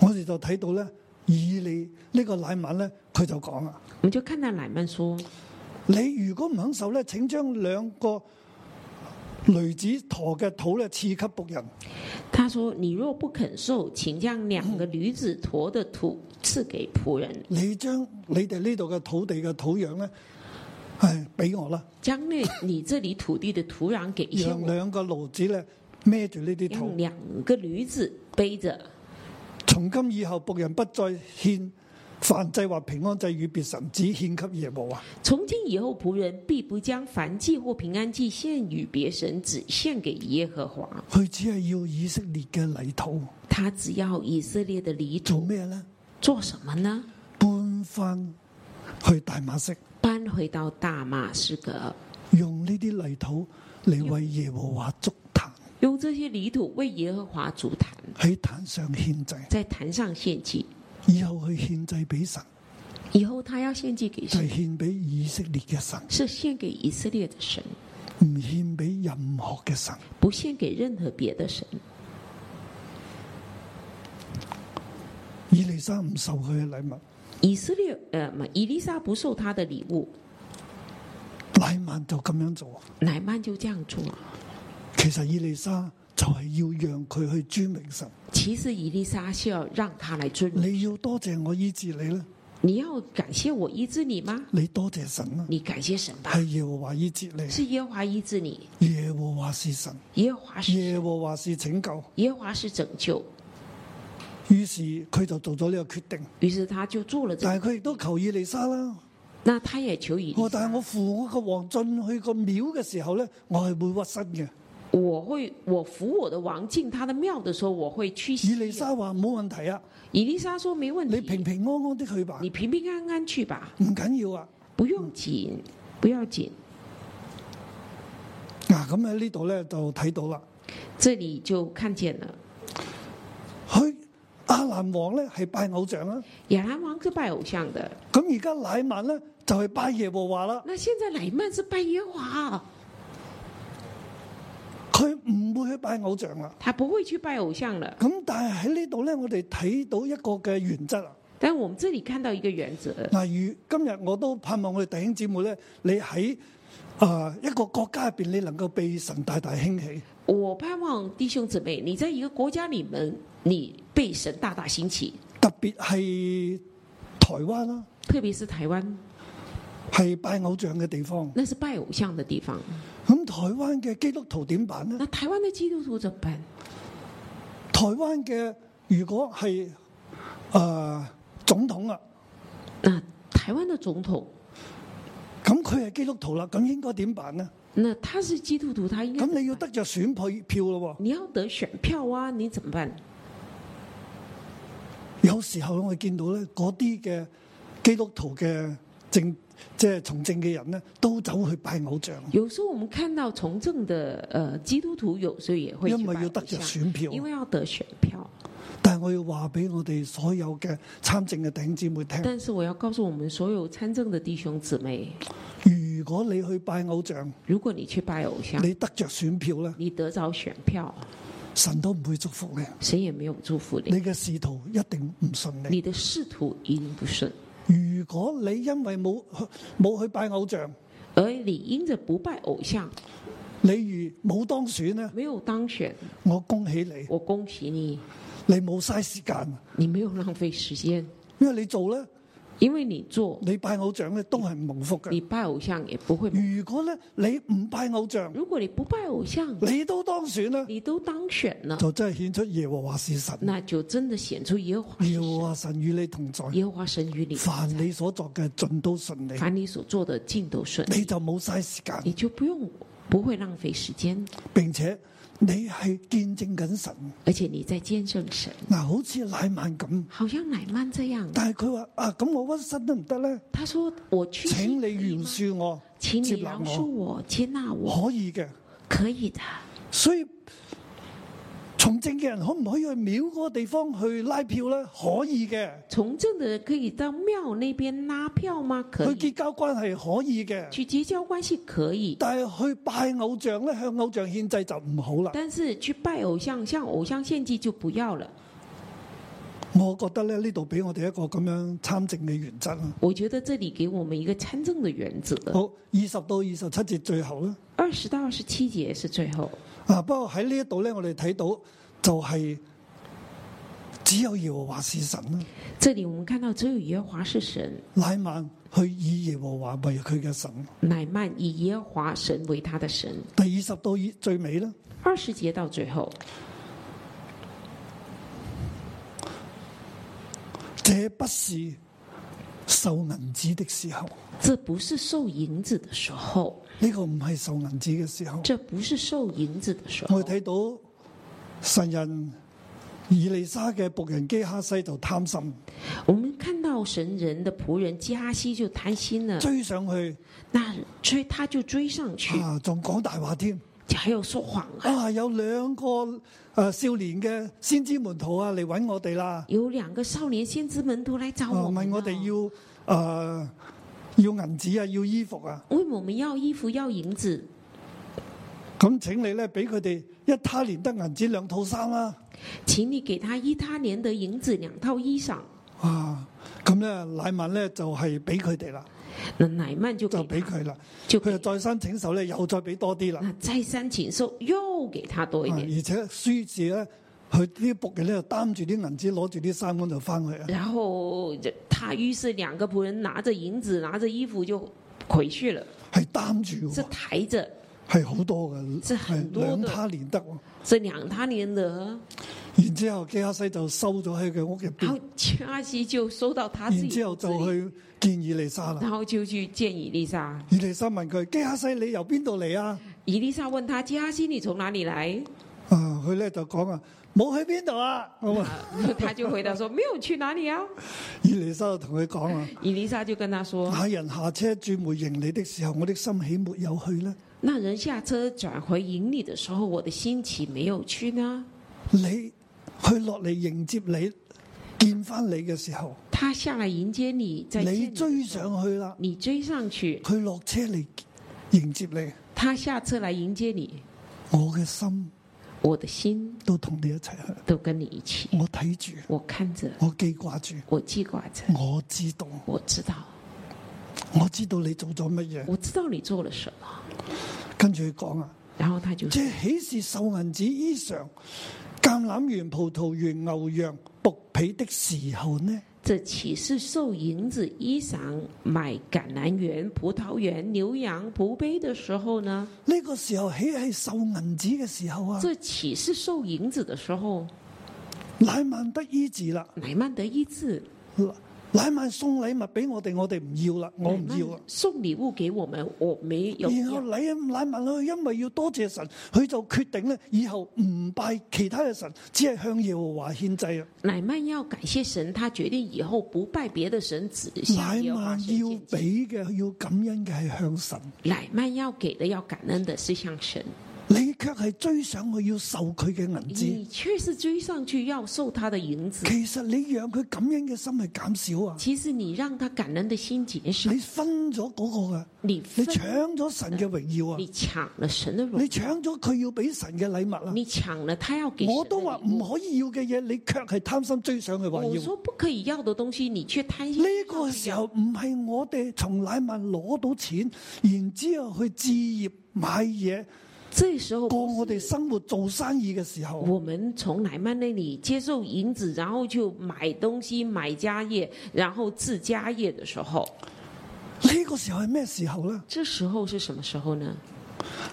S2: 我哋就睇到咧，以利呢個乃曼咧，佢就講啦：啊
S3: 我们就看到乃曼说：“
S2: 你如果唔肯受咧，請將兩個雷子陀嘅土咧賜給仆人。
S3: 他说：“你若不肯受，请将两个驴子驮的土赐给仆人，
S2: 你將你哋呢度嘅土地嘅土壤咧，係俾我啦，
S3: 将那你这里土地的土壤给一些
S2: 讓
S3: 我，
S2: 兩個爐子咧孭住呢啲
S3: 让
S2: 土。
S3: 两个驴子背着。
S2: 從今以後，仆人不再獻燔祭或平安祭與別神，只獻給耶和華。
S3: 从今以后，仆人必不将燔祭或平安祭献与别神，只献给耶和华。
S2: 佢只係要以色列嘅泥土，
S3: 他只要以色列的黎
S2: 做
S3: 族
S2: 咩咧？
S3: 做什么呢？
S2: 搬翻去大馬色，
S3: 搬回到大马士革，
S2: 用呢啲泥土嚟為耶和華築壇，
S3: 用这些泥土为耶和华筑坛，
S2: 喺壇上獻祭。
S3: 在坛上献祭。
S2: 以後佢獻祭俾神，
S3: 以后他要献祭给
S2: 就係
S3: 谁？
S2: 獻俾以色列嘅神，
S3: 是献给以色列的神，
S2: 唔獻俾任何嘅神。
S3: 不献给任何别的神。
S2: 以利沙唔受佢嘅禮物，
S3: 以色列呃，唔係以利沙不受他的礼物，
S2: 乃曼就咁樣做。
S3: 乃曼就这样做。
S2: 其實以利沙就係要讓佢去尊明神。
S3: 其实以利沙是要让他来尊你，
S2: 你要多謝我醫治你咧，
S3: 你要感谢我医治你吗？
S2: 你多謝神啦，
S3: 你感谢神吧
S2: 係，耶和華醫治你。
S3: 是耶和华医治你，
S2: 耶和華是神，
S3: 耶和华是
S2: 耶和華是拯救。
S3: 耶和华是拯救。
S2: 於是佢就做咗呢個決定，
S3: 于是他就做了这
S2: 但係佢亦都求以利沙啦。
S3: 那他也求以
S2: 我
S3: 利
S2: 但
S3: 沙
S2: 係我扶我個王進去個廟嘅時候咧，我係會屈身嘅。
S3: 我会我扶我的王进他的庙的时候，我会屈膝
S2: 以。利沙話冇問題啊，
S3: 以利沙说没问
S2: 你
S3: 题，
S2: 平平安安的去吧，
S3: 你平平安安去吧，
S2: 唔緊要啊。
S3: 不用紧，不要紧。
S2: 嗱，啊咁喺呢度咧就睇到啦。
S3: 这里就看见了
S2: 佢阿蘭王咧係拜偶像啦，
S3: 亚兰王是拜偶像的，
S2: 咁而家乃曼咧就係拜耶和華啦。
S3: 那现在乃曼是拜耶和华，
S2: 佢唔會去拜偶像啦。
S3: 他不会去拜偶像了。
S2: 咁但係喺呢度咧，我哋睇到一個嘅原則啊。
S3: 但我们这里看到一个原则，
S2: 嗱，如今日我都盼望我哋弟兄姊妹咧，你喺啊、一個國家入邊，你能夠被神大大興起，
S3: 我盼望弟兄姊妹，你在一个国家里面，你被神大大兴起，
S2: 特別係台灣啦，
S3: 特别是台湾，
S2: 係拜偶像嘅地方。
S3: 那是拜偶像的地方。
S2: 咁台灣嘅基督徒點辦呢？
S3: 那台湾的基督徒怎么办？
S2: 台灣嘅如果係啊、總統啊，
S3: 那台湾的总统，
S2: 咁佢係基督徒啦，咁應該點辦呢？
S3: 那他是基督徒，他应该
S2: 咁你要
S3: 怎
S2: 得
S3: 么
S2: 着選票票咯
S3: 办你要得选票啊，你怎么办？
S2: 喎。有時候我哋見到咧，嗰啲嘅基督徒嘅政即係從政嘅人咧，都走去拜偶像。
S3: 有时候我们看到从政的呃基督徒，有时候也会去
S2: 因为
S3: 拜
S2: 要
S3: 偶
S2: 得着
S3: 像
S2: 选票嗯
S3: 因为要得选票。
S2: 但係我要話俾我哋所有嘅參政嘅弟兄姊妹聽，
S3: 但是我要告诉我们所有参政的弟兄姊妹，
S2: 如果你去拜偶像，
S3: 如果你去拜偶像，
S2: 你得着選票咧，
S3: 你得着选票，
S2: 神都唔會祝福你，
S3: 谁也没有祝福你，
S2: 你嘅仕途一定唔順利。
S3: 你的仕途一定不顺。
S2: 如果你因為冇冇去拜偶像，
S3: 而你因着不拜偶像
S2: 你如冇當選咧，
S3: 没有当选，
S2: 我恭喜你，
S3: 我恭喜你，
S2: 你冇嘥時間，
S3: 你没有浪费时间，
S2: 因為你做咧，
S3: 因为你做
S2: 你拜偶像咧都係唔蒙福
S3: 你
S2: 嘅。
S3: 拜偶像也不会。
S2: 如果咧你唔拜偶像，
S3: 如果你不拜偶像，
S2: 你都當選咧，
S3: 你都当选了，
S2: 就真係顯出耶和華是神，
S3: 那就真的显出耶和华
S2: 耶
S3: 是
S2: 和
S3: 神，
S2: 華神與你同在。
S3: 耶和华神与你，
S2: 凡你所作嘅盡都順利，
S3: 凡你所做的尽都顺
S2: 你
S3: 利，
S2: 就冇嘥時間，
S3: 你就不用不会浪费时间，
S2: 並且你係見證緊神。
S3: 而且你在见证神，
S2: 嗱，好似乃曼咁，
S3: 好像乃曼这样，
S2: 但係佢話啊，咁我屈身得唔得咧？
S3: 他说：“我去，
S2: 請你原，恕我，
S3: 请
S2: 接
S3: 你
S2: 納
S3: 饶恕
S2: 我，
S3: 我，接纳我，
S2: 可以嘅。
S3: 可以的。”
S2: 所以從政嘅人可唔可以去廟嗰個地方去拉票咧？可以嘅，
S3: 从政的人可以到庙那边拉票吗？可
S2: 去
S3: 以。
S2: 結交關係可以嘅，
S3: 去结交关系可以，
S2: 但係去拜偶像咧，向偶像獻祭就唔好啦，
S3: 但是去拜偶像、向偶像献祭就不要了。
S2: 我覺得咧呢度俾我哋一個咁樣參政嘅原則啊。
S3: 我觉得这里给我们一个参政的原则。
S2: 好，二十到二十七節最後啦。
S3: 二十到二十七节是最后，
S2: 啊，不過喺呢一度咧，我哋睇到就係只有耶和華是神啦。
S3: 这里我们看到只有耶和华是神，
S2: 乃曼去以耶和華為佢嘅神。
S3: 乃曼以耶和华神为他的神。
S2: 第二十到二最尾啦，
S3: 二十节到最后，
S2: 這不是受銀子的時候，
S3: 这不是受银子的时候，
S2: 呢、個唔係受銀子嘅時候。
S3: 这不是受银子的时候
S2: 我。哋睇到神人以利沙嘅仆人基哈西就貪心，
S3: 我们看到神人的仆人加西就贪心了，
S2: 追上去
S3: 那追他就追上去，
S2: 啊，仲講大話添。
S3: 还有说谎啊。
S2: 啊，有兩個诶少年嘅先知門徒啊嚟揾我哋啦，
S3: 有两个少年先知门徒来找
S2: 啊
S3: 我们
S2: 問
S3: 了，
S2: 我哋要诶、呃要銀紙啊，要衣服啊。
S3: 问我们要衣服要银子，
S2: 咁請你咧俾佢哋一他連得銀紙兩套衫啦、
S3: 请你给他一他连得银子两套衣裳。
S2: 啊。咁咧乃曼咧就係俾佢哋啦，
S3: 那乃曼就
S2: 就俾
S3: 给
S2: 嗯
S3: 他，
S2: 佢啦。
S3: 就
S2: 佢
S3: 给
S2: 就再三請手咧，又再俾多啲啦。
S3: 那再三请受，又给他多一
S2: 啊
S3: 点。
S2: 而且書字咧，佢啲仆人咧就擔住啲銀紙，攞住啲衫咁就翻去啊。
S3: 然后这他于是两个仆人拿着银子，拿着衣服就回去了，
S2: 係擔住
S3: 是
S2: 喎，
S3: 抬着
S2: 係好多嘅，
S3: 即係很
S2: 係
S3: 多嘅
S2: 兩他連得喎。
S3: 这两他连
S2: 哎
S3: 得。
S2: 然之後基哈西就收咗喺佢屋入
S3: 然
S2: 邊，
S3: 后加西就收到他自
S2: 然
S3: 己
S2: 之後
S3: 屋子
S2: 就
S3: 里，
S2: 去見以利沙啦。
S3: 然后就去见以丽莎。
S2: 以利沙問佢：基哈西，你由邊度嚟啊？
S3: 以丽莎问他：“加西，你从哪里来？”
S2: 啊，佢咧就講啊，冇去邊度啊。咁啊，
S3: 啊他就回答说：“没有去哪里啊
S2: 以利沙就同佢講啊。？”
S3: 伊丽莎就跟他说
S2: 那人下車轉回迎你的時候，我的心岂沒有去呢？：“
S3: 那人下车转回营里的时候，我的心岂没有去呢？
S2: 你去落嚟迎接你，見翻你嘅時候，
S3: 他下来迎接你，在见
S2: 你
S3: 的
S2: 追
S3: 时候，
S2: 上去啦。
S3: 你追上去，
S2: 佢落車嚟迎接你，
S3: 他下车来迎接你，
S2: 我嘅心
S3: 我的心
S2: 都同你一齊去。
S3: 都跟你一起，
S2: 我睇住，
S3: 我看着，
S2: 我記掛住，
S3: 我记挂着，
S2: 我知道。
S3: 我知道，
S2: 我知道你做咗乜嘢，
S3: 我知道你做了什么。”
S2: 跟住佢講啊，
S3: 然后他就说
S2: 這豈是受銀子衣裳、橄欖園、葡萄園、牛羊、仆婢的時候呢？：“
S3: 这岂是受银子衣裳买橄榄园、葡萄园、牛羊、仆杯的时候呢？”
S2: 呢、個時候豈係受銀子嘅時候啊？
S3: 这岂是受银子的时候，
S2: 乃曼得醫治啦，
S3: 乃曼得医治，
S2: 乃曼送禮物俾我哋，我哋唔要啦，我唔
S3: 乃
S2: 要啊
S3: 曼
S2: 啦。
S3: 送礼物给我们，我没有
S2: 然後
S3: 要。
S2: 禮乃曼佢因為要多謝神，佢就決定咧以後唔拜其他嘅神，只係向耶和華獻祭啊。
S3: 乃曼要感谢神，他决定以后不拜别的神，只向
S2: 乃
S3: 耶和华
S2: 曼
S3: 神
S2: 要
S3: 献祭。
S2: 俾嘅要感恩嘅係向神。
S3: 乃曼要给的要感恩的是向神，
S2: 你却系追上去要受佢嘅银
S3: 你
S2: 子。
S3: 却是追上去要受他的银子。
S2: 其实你让佢感恩嘅心系减少啊，
S3: 其实你让他感恩的心减少
S2: 你，分咗嗰个啊，
S3: 你
S2: 你
S3: 分
S2: 抢咗神嘅荣耀啊
S3: 你，抢了神的荣
S2: 你
S3: 耀，
S2: 抢咗佢要俾神嘅礼物啊。
S3: 你抢了他要给神的
S2: 我都话
S3: 礼
S2: 唔
S3: 物
S2: 可以要嘅嘢，你却系贪心追上去话要。
S3: 我
S2: 呢
S3: 说不可以要的东西，你却贪心。
S2: 个时候唔系我哋从乃曼攞到钱，然之后去置业买嘢，
S3: 这时候
S2: 过
S3: 不是
S2: 我哋生活做生意嘅时候，
S3: 我们从乃曼那里接受银子，然后就买东西、买家业，然后置家业的时候，
S2: 呢个时候系咩时候呢？
S3: 这时候是什么时候呢？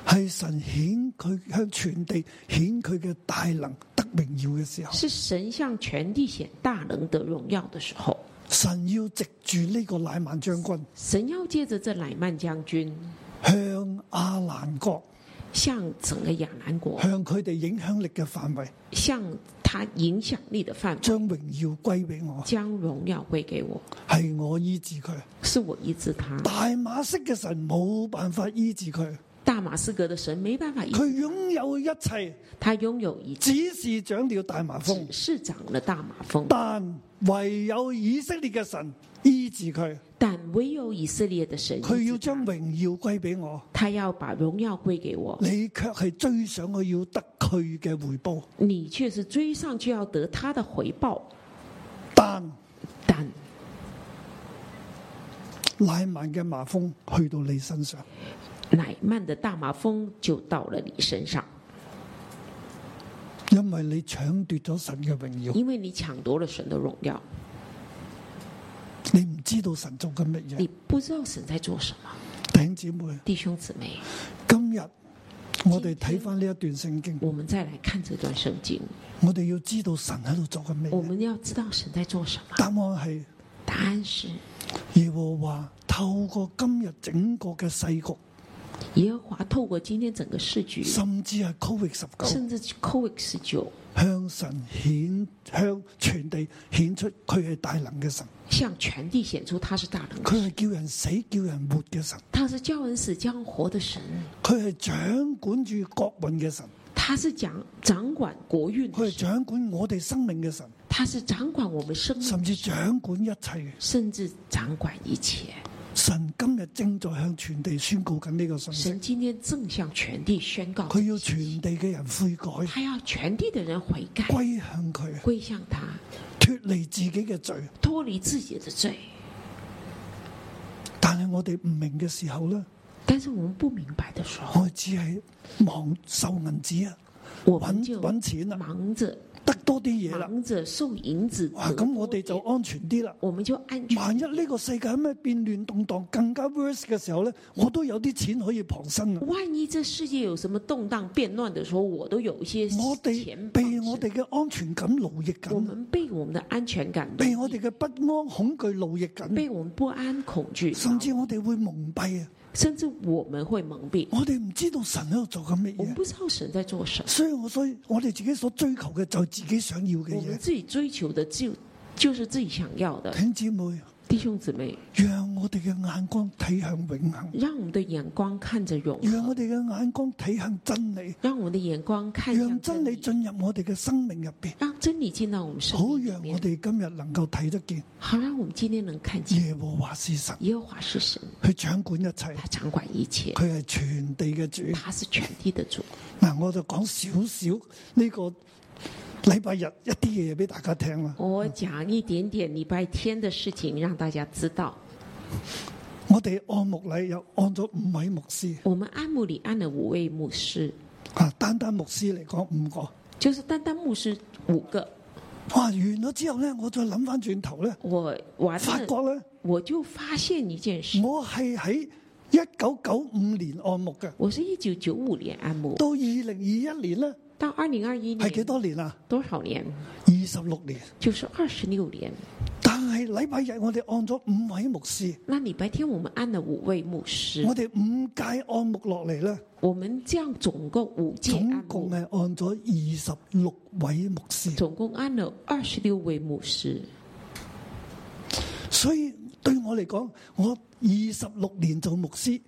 S2: 系神显佢向全地显佢嘅大能得荣耀嘅时候，
S3: 是神向全地显大能得荣耀的时候。
S2: 神要藉住呢个乃曼将军
S3: 神要借着这乃曼将军，
S2: 向阿兰国，
S3: 向整个亚兰国，
S2: 向佢哋影响力嘅范围，
S3: 向他影响力的范围，
S2: 将荣耀归俾我，
S3: 将荣耀归给我，
S2: 系我医治佢。
S3: 是我医治他。
S2: 大马色嘅神冇办法医治佢，
S3: 大马士革的神没办法医治，
S2: 佢拥有一切，
S3: 他拥有一切，
S2: 只是长了大麻风
S3: 只。是长了大马蜂，
S2: 但唯有以色列嘅神医治佢，
S3: 但唯有以色列的神医治他，
S2: 佢要将荣耀归俾我。
S3: 他要把荣耀归给我，
S2: 你卻係追上去要得佢嘅回報，
S3: 你却是追上去要得他的回报。
S2: 但
S3: 但
S2: 乃曼嘅麻風去到你身上，
S3: 乃曼的大麻风就到了你身上，
S2: 因為你搶奪咗神嘅榮耀，
S3: 因为你抢夺了神的荣耀，
S2: 你唔知道神做緊乜嘢
S3: 你。不知道神在做什么。
S2: 弟兄姊妹，
S3: 弟兄姊妹，
S2: 今日我哋睇翻呢一段聖經，
S3: 我们再来看这段圣经，
S2: 我哋要知道神喺度做緊乜
S3: 我
S2: 嘢。
S3: 们要知道神在做什么。
S2: 答案係
S3: 答案是
S2: 耶和華透過今日整個嘅世局，
S3: 耶和华透过今天整个市局，
S2: 甚至係 Covid 十九，
S3: 甚至 COVID 十九，
S2: 向神顯向全地顯出佢係大能嘅神，
S3: 向全地显出他是大能的
S2: 佢
S3: 神，
S2: 係叫人死叫人活嘅神，
S3: 他是叫人死叫人活的神，
S2: 佢係掌管住國運嘅神，
S3: 他是掌掌管国运
S2: 佢
S3: 的
S2: 係
S3: 神，
S2: 掌管我哋生命嘅神，
S3: 他是掌管我们生命
S2: 甚
S3: 的
S2: 至
S3: 神，
S2: 掌管一切嘅
S3: 甚至掌管一切。
S2: 神。今日正在向全地宣告緊呢個信息，
S3: 神今天正向全地宣告，
S2: 佢要全地嘅人悔改，
S3: 他要全地的人悔改，
S2: 歸向佢，
S3: 归向他，
S2: 脱離自己嘅罪。
S3: 脱离自己的罪。
S2: 但係我哋唔明嘅時候咧。
S3: 但是我们不明白的时候，
S2: 我只係忙收銀紙啊，
S3: 我们
S2: 揾
S3: 就
S2: 揾錢啦，
S3: 忙着
S2: 啊得多啲嘢啦。
S3: 忙着送银子，
S2: 哇！咁我哋就安全啲啦。
S3: 我们就安全。
S2: 萬一呢個世界喺咩變亂動盪、更加 worse 嘅時候咧，我都有啲錢可以傍身啊！
S3: 万一这世界有什么动荡变乱的时候，我都有一些
S2: 我
S3: 钱
S2: 哋
S3: 傍
S2: 被
S3: 身
S2: 我哋嘅安全感奴役
S3: 啊我
S2: 緊，
S3: 们被我们的安全感奴役，
S2: 被我哋嘅不安、恐懼奴役緊，
S3: 被我们不安、恐惧，
S2: 甚至我哋會蒙蔽啊！
S3: 甚至我们会蒙蔽。
S2: 我哋唔知道神喺度做緊乜
S3: 我们
S2: 嘢，啊
S3: 不知道神在做什么，
S2: 所以我所以我哋自己所追求嘅就係自己想要嘅
S3: 我们
S2: 嘢。
S3: 自己追求的就就是自己想要的
S2: 弟。兄姊妹，
S3: 弟兄姊妹，
S2: 讓我哋嘅眼光睇向永恆。
S3: 让我们的眼光看着永
S2: 让我
S3: 恒，
S2: 哋嘅眼光睇向真理，
S3: 让我们的眼光看
S2: 让
S3: 向
S2: 真理
S3: 理，
S2: 进入我哋嘅生命入边，
S3: 让真理进到我们生
S2: 好
S3: 命里
S2: 让我
S3: 面，
S2: 哋今日能够睇得见
S3: 好让我们今天能看见
S2: 耶和华是神，
S3: 耶和华是神，
S2: 去掌管一切，
S3: 他掌管一切，
S2: 佢系全地嘅主。
S3: 他是全地的主。
S2: 嗱，我就讲少少呢个礼拜日一啲嘢俾大家听啦。
S3: 我讲一点点礼拜天的事情，让大家知道。
S2: 我哋按牧礼又按咗五位牧师，
S3: 我们按牧里按了五位牧师，
S2: 啊，单单牧师嚟讲五个。
S3: 就是单单牧师五个。
S2: 哇，完咗之后咧，我再谂翻转头咧，
S3: 我完
S2: 发
S3: 了，
S2: 觉咧，
S3: 我就发现一件事：
S2: 我系喺一九九五年按牧嘅，
S3: 我是一九九五年按牧，
S2: 到二零二一年咧。
S3: 到二零二一
S2: 系幾
S3: 年
S2: 多年啊？
S3: 多少年？
S2: 二十六年。
S3: 就是二十六年。
S2: 但係禮拜日我哋按咗五位牧師，
S3: 那礼拜天我们按了五位牧师
S2: 我，哋五屆按牧落嚟咧，
S3: 我们这样总共五届
S2: 總
S3: 按
S2: 共啊
S3: 牧，
S2: 係按咗二十六位牧師。
S3: 总共按了二十六位牧师。
S2: 所以對我嚟講，我二十六年做牧師，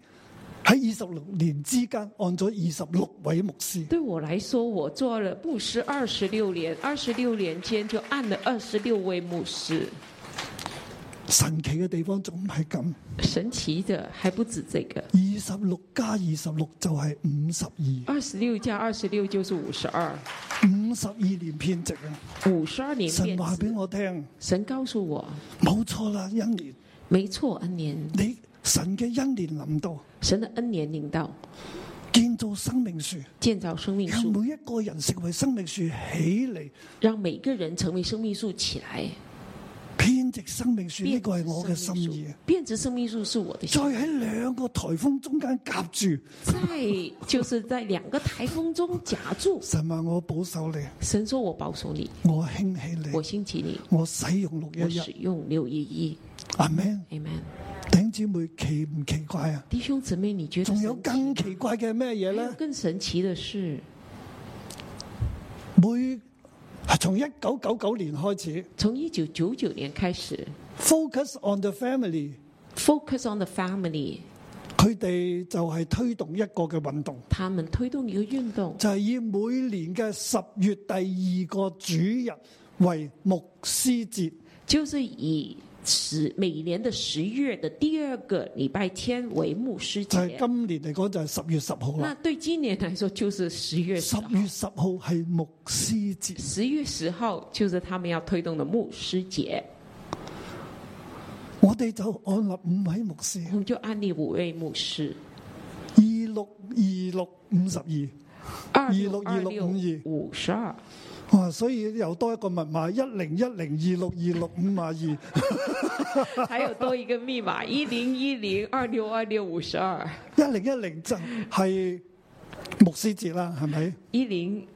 S2: 喺二十六年之間按咗二十六位牧師。
S3: 对我来说，我做了牧师二十六年，二十六年间就按了二十六位牧师。
S2: 神奇嘅地方仲唔係咁，
S3: 神奇的还不止这个，
S2: 二十六加二十六就係五十二，
S3: 二十六加二十六就是五十二，
S2: 五十二年偏值啊！
S3: 五十二年
S2: 神
S3: 变
S2: 話俾
S3: 质。
S2: 我聽，
S3: 神告诉我，
S2: 冇錯啦，一年。
S3: 没错，恩年，
S2: 你神嘅恩年臨到，
S3: 神的恩年领到
S2: 建造生命樹，
S3: 建造生命
S2: 讓
S3: 树，
S2: 每一個人成為生命樹起嚟，
S3: 让每个人成为生命树起来。
S2: 編植生命樹呢
S3: 变
S2: 個係
S3: 成
S2: 我嘅心
S3: 生命
S2: 意。啊
S3: 树，变成生命树是我的
S2: 再
S3: 心。
S2: 喺兩個颱風中間夾住，
S3: 在就是在两个台风中夹住，
S2: 神話我保守你，
S3: 神说我保守你，
S2: 我興起
S3: 我
S2: 你，
S3: 兴起你，
S2: 我使用六
S3: 我
S2: 一
S3: 使
S2: 一。
S3: 用六一一
S2: 阿 Man，
S3: ，amen。
S2: 弟兄姊妹奇唔奇怪啊？
S3: 弟兄姊妹，你觉得
S2: 仲有
S3: 神
S2: 更奇怪嘅咩嘢
S3: 还有
S2: 呢？
S3: 更神奇的是，
S2: 每啊從一九九九年開始
S3: 从一九九九年开始
S2: ，focus on the family，
S3: ，Focus on the Family，
S2: 佢哋就係推動一個嘅運動。
S3: 他们推动一个运动，
S2: 就係以每年嘅十月第二個主日為牧師節，
S3: 就是以十每年的十月的第二个礼拜天为牧师
S2: 就係
S3: 节。
S2: 今年嚟講就係十月十號
S3: 那
S2: 啦。
S3: 对今年来说就是十月十
S2: 十
S3: 号，
S2: 月十號係牧師節，
S3: 十月十号就是他们要推动的牧师节，
S2: 我哋就按立五位牧師，
S3: 我们就按立五位牧师，
S2: 二六二六五十二，
S3: 二
S2: 26
S3: 二
S2: 26
S3: 五十二，
S2: 哇！所以又多一個密碼一零一零二六二六五廿二。
S3: 还有多一个密码一零一零二六二六五十二，
S2: 一零一零就係牧師節啦，係咪？
S3: 一零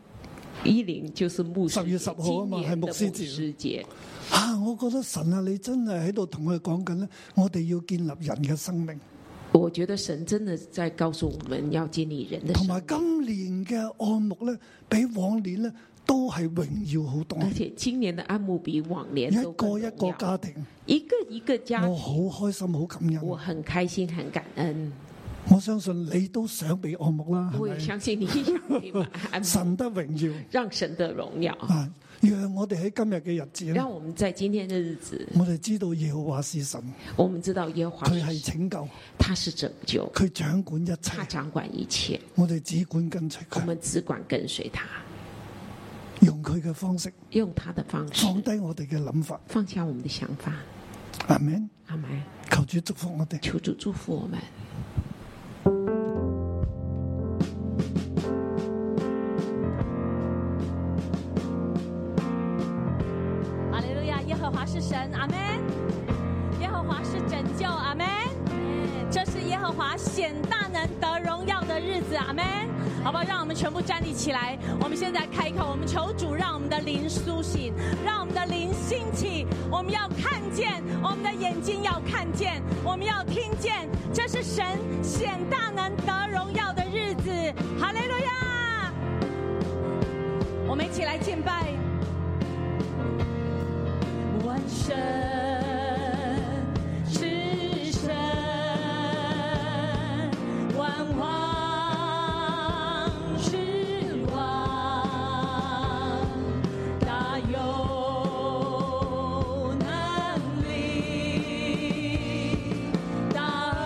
S3: 一零就是牧师
S2: 10月
S3: 节
S2: 10號啊嘛
S3: 今年的
S2: 係牧師節
S3: 师节。
S2: 啊，我覺得神啊，你真係喺度同佢講緊咧，我哋要建立人嘅生命，
S3: 我觉得神真的在告诉我们要建立人的
S2: 同
S3: 生
S2: 埋
S3: 命，
S2: 今年嘅按牧咧，比往年咧都係榮耀好多，
S3: 而且今年的按牧比往年
S2: 一
S3: 都更
S2: 個
S3: 重
S2: 一哦
S3: 要
S2: 個家庭，
S3: 一个一个家
S2: 我
S3: 庭，
S2: 好開心，好感
S3: 我
S2: 恩。
S3: 很开心，很感恩。
S2: 我相信你都想被按牧啦，
S3: 我
S2: 係
S3: 也
S2: 咪？
S3: 相信你一样会 把安排
S2: 神得榮耀
S3: 让神的荣耀，
S2: 啊！讓我哋喺今日嘅日子咧，
S3: 让我们在今天的日子，
S2: 我哋知道耶和華是神，
S3: 我们知道耶和华
S2: 佢
S3: 是
S2: 係
S3: 神
S2: 拯救，
S3: 他是拯救，
S2: 佢掌管一
S3: 他
S2: 切，
S3: 掌管一切，
S2: 我哋只管跟隨
S3: 我
S2: 佢。
S3: 们只管跟随他，
S2: 用佢嘅方式
S3: 用他的方式
S2: 放低我哋嘅諗法，
S3: 放下我们的想法。
S2: 阿 man，
S3: 阿门。
S2: 求主祝福我哋。
S3: 求主祝福我们。
S4: 哈利路亚！耶和华是神，阿门。耶和华是拯救，阿门。这是耶和华显大能得荣耀的日子，阿门。好不好？让我们全部站立起来。我们现在开口，我们求主让我们的灵苏醒，让我们的灵兴起。我们要看见，我们的眼睛要看见，我们要听见。这是神显大能得荣耀的日子，哈利路亚！我们一起来敬拜。万神之神，万王之王，大有能力，大而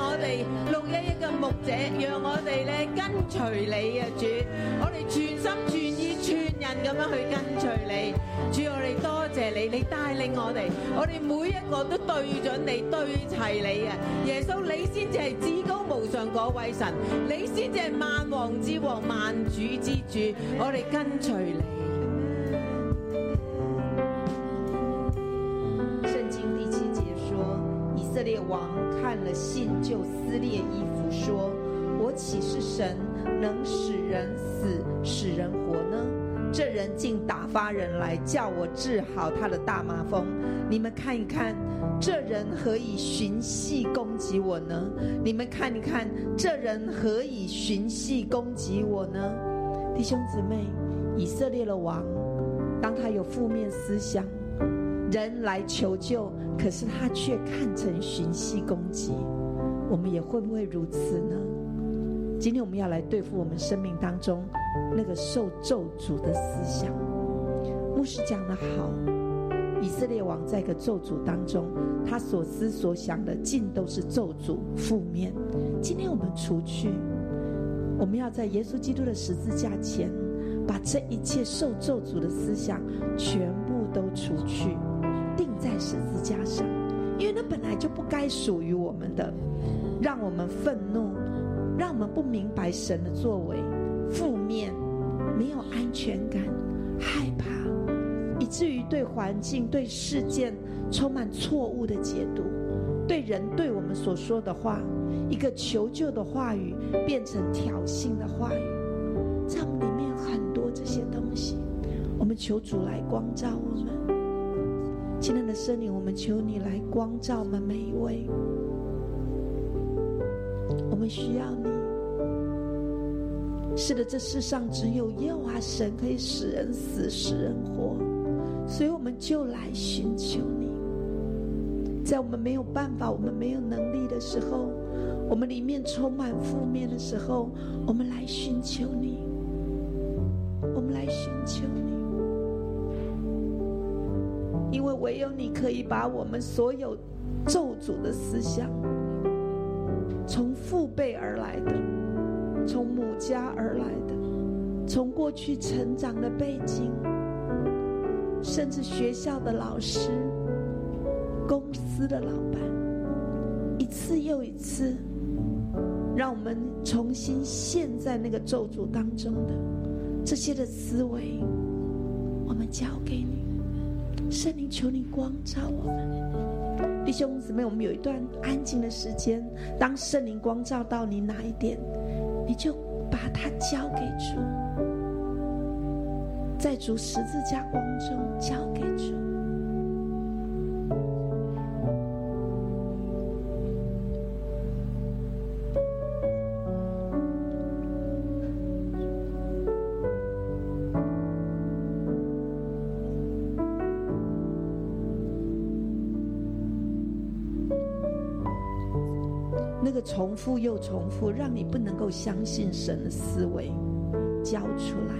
S4: 嘅牧者，讓我哋咧跟隨你啊，主，我哋全心全意全人咁樣去跟隨你，主，我哋多謝你，你帶領我哋，我哋每一個都對準你，對齊你啊，耶穌，你先至係至高無上嗰位神，你先至係萬王之王、萬主之主，我哋跟隨你。
S5: 圣经第七节说，以色列王看了信就撕裂衣服，说：“我岂是神，能使人死，使人活呢？这人竟打发人来叫我治好他的大麻风。你们看一看，这人何以寻隙攻击我呢？你们看一看，这人何以寻隙攻击我呢？”弟兄姊妹，以色列的王，当他有负面思想。人来求救，可是他却看成寻衅攻击。我们也会不会如此呢？今天我们要来对付我们生命当中那个受咒诅的思想。牧师讲得好，以色列王在一个咒诅当中，他所思所想的尽都是咒诅负面。今天我们除去，我们要在耶稣基督的十字架前，把这一切受咒诅的思想全部都除去，钉在十字架上，因为那本来就不该属于我们的，让我们愤怒，让我们不明白神的作为，负面，没有安全感，害怕，以至于对环境、对事件充满错误的解读，对人对我们所说的话，一个求救的话语变成挑衅的话语。在我们里面很多这些东西。我们求主来光照我们，亲爱的圣灵，我们求你来光照我们每一位。我们需要你。是的，这世上只有耶和华神可以使人死，使人活，所以我们就来寻求你。在我们没有办法、我们没有能力的时候，我们里面充满负面的时候，我们来寻求你，我们来寻求你，因为唯有你可以把我们所有咒诅的思想，从父辈而来的，从母家而来的，从过去成长的背景，甚至学校的老师。公司的老板，一次又一次，让我们重新陷在那个咒诅当中的这些的思维，我们交给你，圣灵，求你光照我们。弟兄姊妹，我们有一段安静的时间，当圣灵光照到你哪一点，你就把它交给主，在主十字架光中交给主。那个重复又重复，让你不能够相信神的思维，交出来。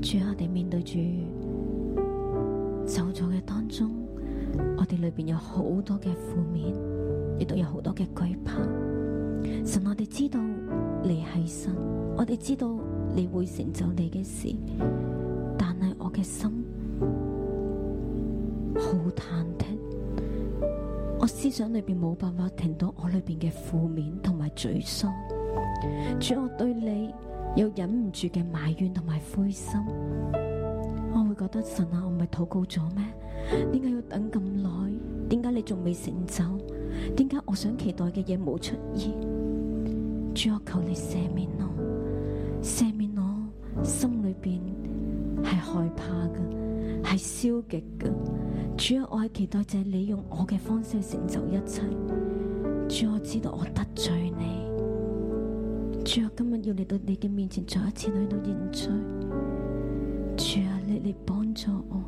S6: 主，我哋面對住受咗嘅當中，我哋裏边有好多嘅負面，亦都有好多嘅惧怕。神，我哋知道你係神，我哋知道你會成就你嘅事，但係我嘅心好忐忑，我思想裏边冇辦法停到我裏边嘅負面同埋沮喪。主，我對你有忍唔住嘅埋怨同埋灰心，我會覺得神啊，我唔係禱告咗咩？點解要等咁耐？點解你仲未成就？點解我想期待嘅嘢冇出現？主，我求你赦免我，赦免我心裏邊係害怕嘅，係消極嘅。主啊，我係期待就係你用我嘅方式去成就一切。主啊，我知道我得罪你。主啊，今日要嚟到你嘅面前，再一次去到認罪。主啊，你嚟幫助我，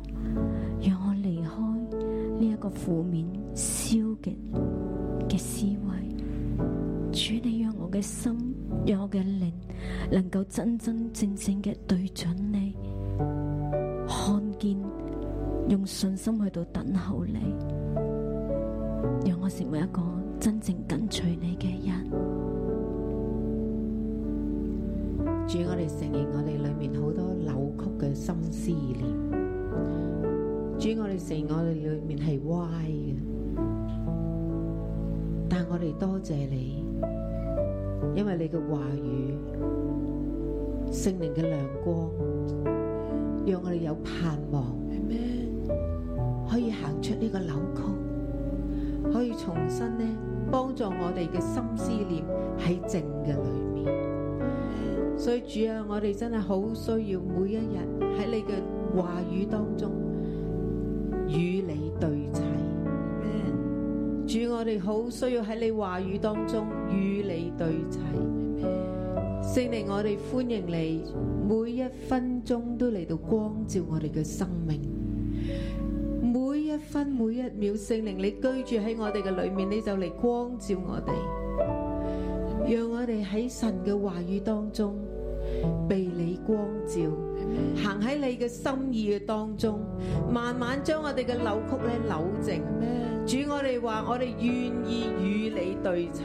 S6: 讓我離開呢一個負面消極嘅思維。主，你讓我嘅心，讓我嘅靈，能夠真真正正嘅對準你，看見。用信心去到等候你，让我成为一个真正跟随你嘅人。
S5: 主，我哋承認我哋裏面好多扭曲嘅心思意念。主，我哋承認我哋裏面係歪嘅，但我哋多謝你，因為你嘅話語、聖靈嘅亮光，讓我哋有盼望，可以行出呢個扭曲，可以重新呢幫助我哋嘅心思念喺正嘅裏面。所以主啊，我哋真係好需要每一日喺你嘅話語當中與你對齊。主，我哋好需要喺你話語當中與你對齊。聖靈，我哋歡迎你，每一分鐘都嚟到光照我哋嘅生命。每一分每一秒，聖靈你居住喺我哋嘅裏面，你就嚟光照我哋。让我哋喺神嘅话语当中被你光照，行喺你嘅心意嘅当中，慢慢将我哋嘅扭曲咧扭正。主，我哋话我哋愿意与你对齐，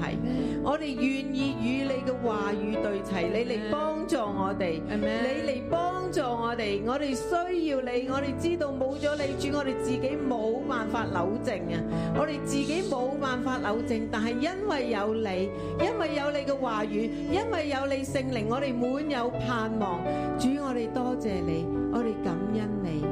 S5: 我哋愿意与你嘅话语对齐，你嚟帮助我哋，你嚟帮助我哋，我哋需要你，我哋知道冇咗你，主，我哋自己冇办法扭正啊，我哋自己冇办法扭正，但系因为有你。因为有你嘅话语，因为有你圣灵，我哋满有盼望。主，我哋多谢你，我哋感恩你。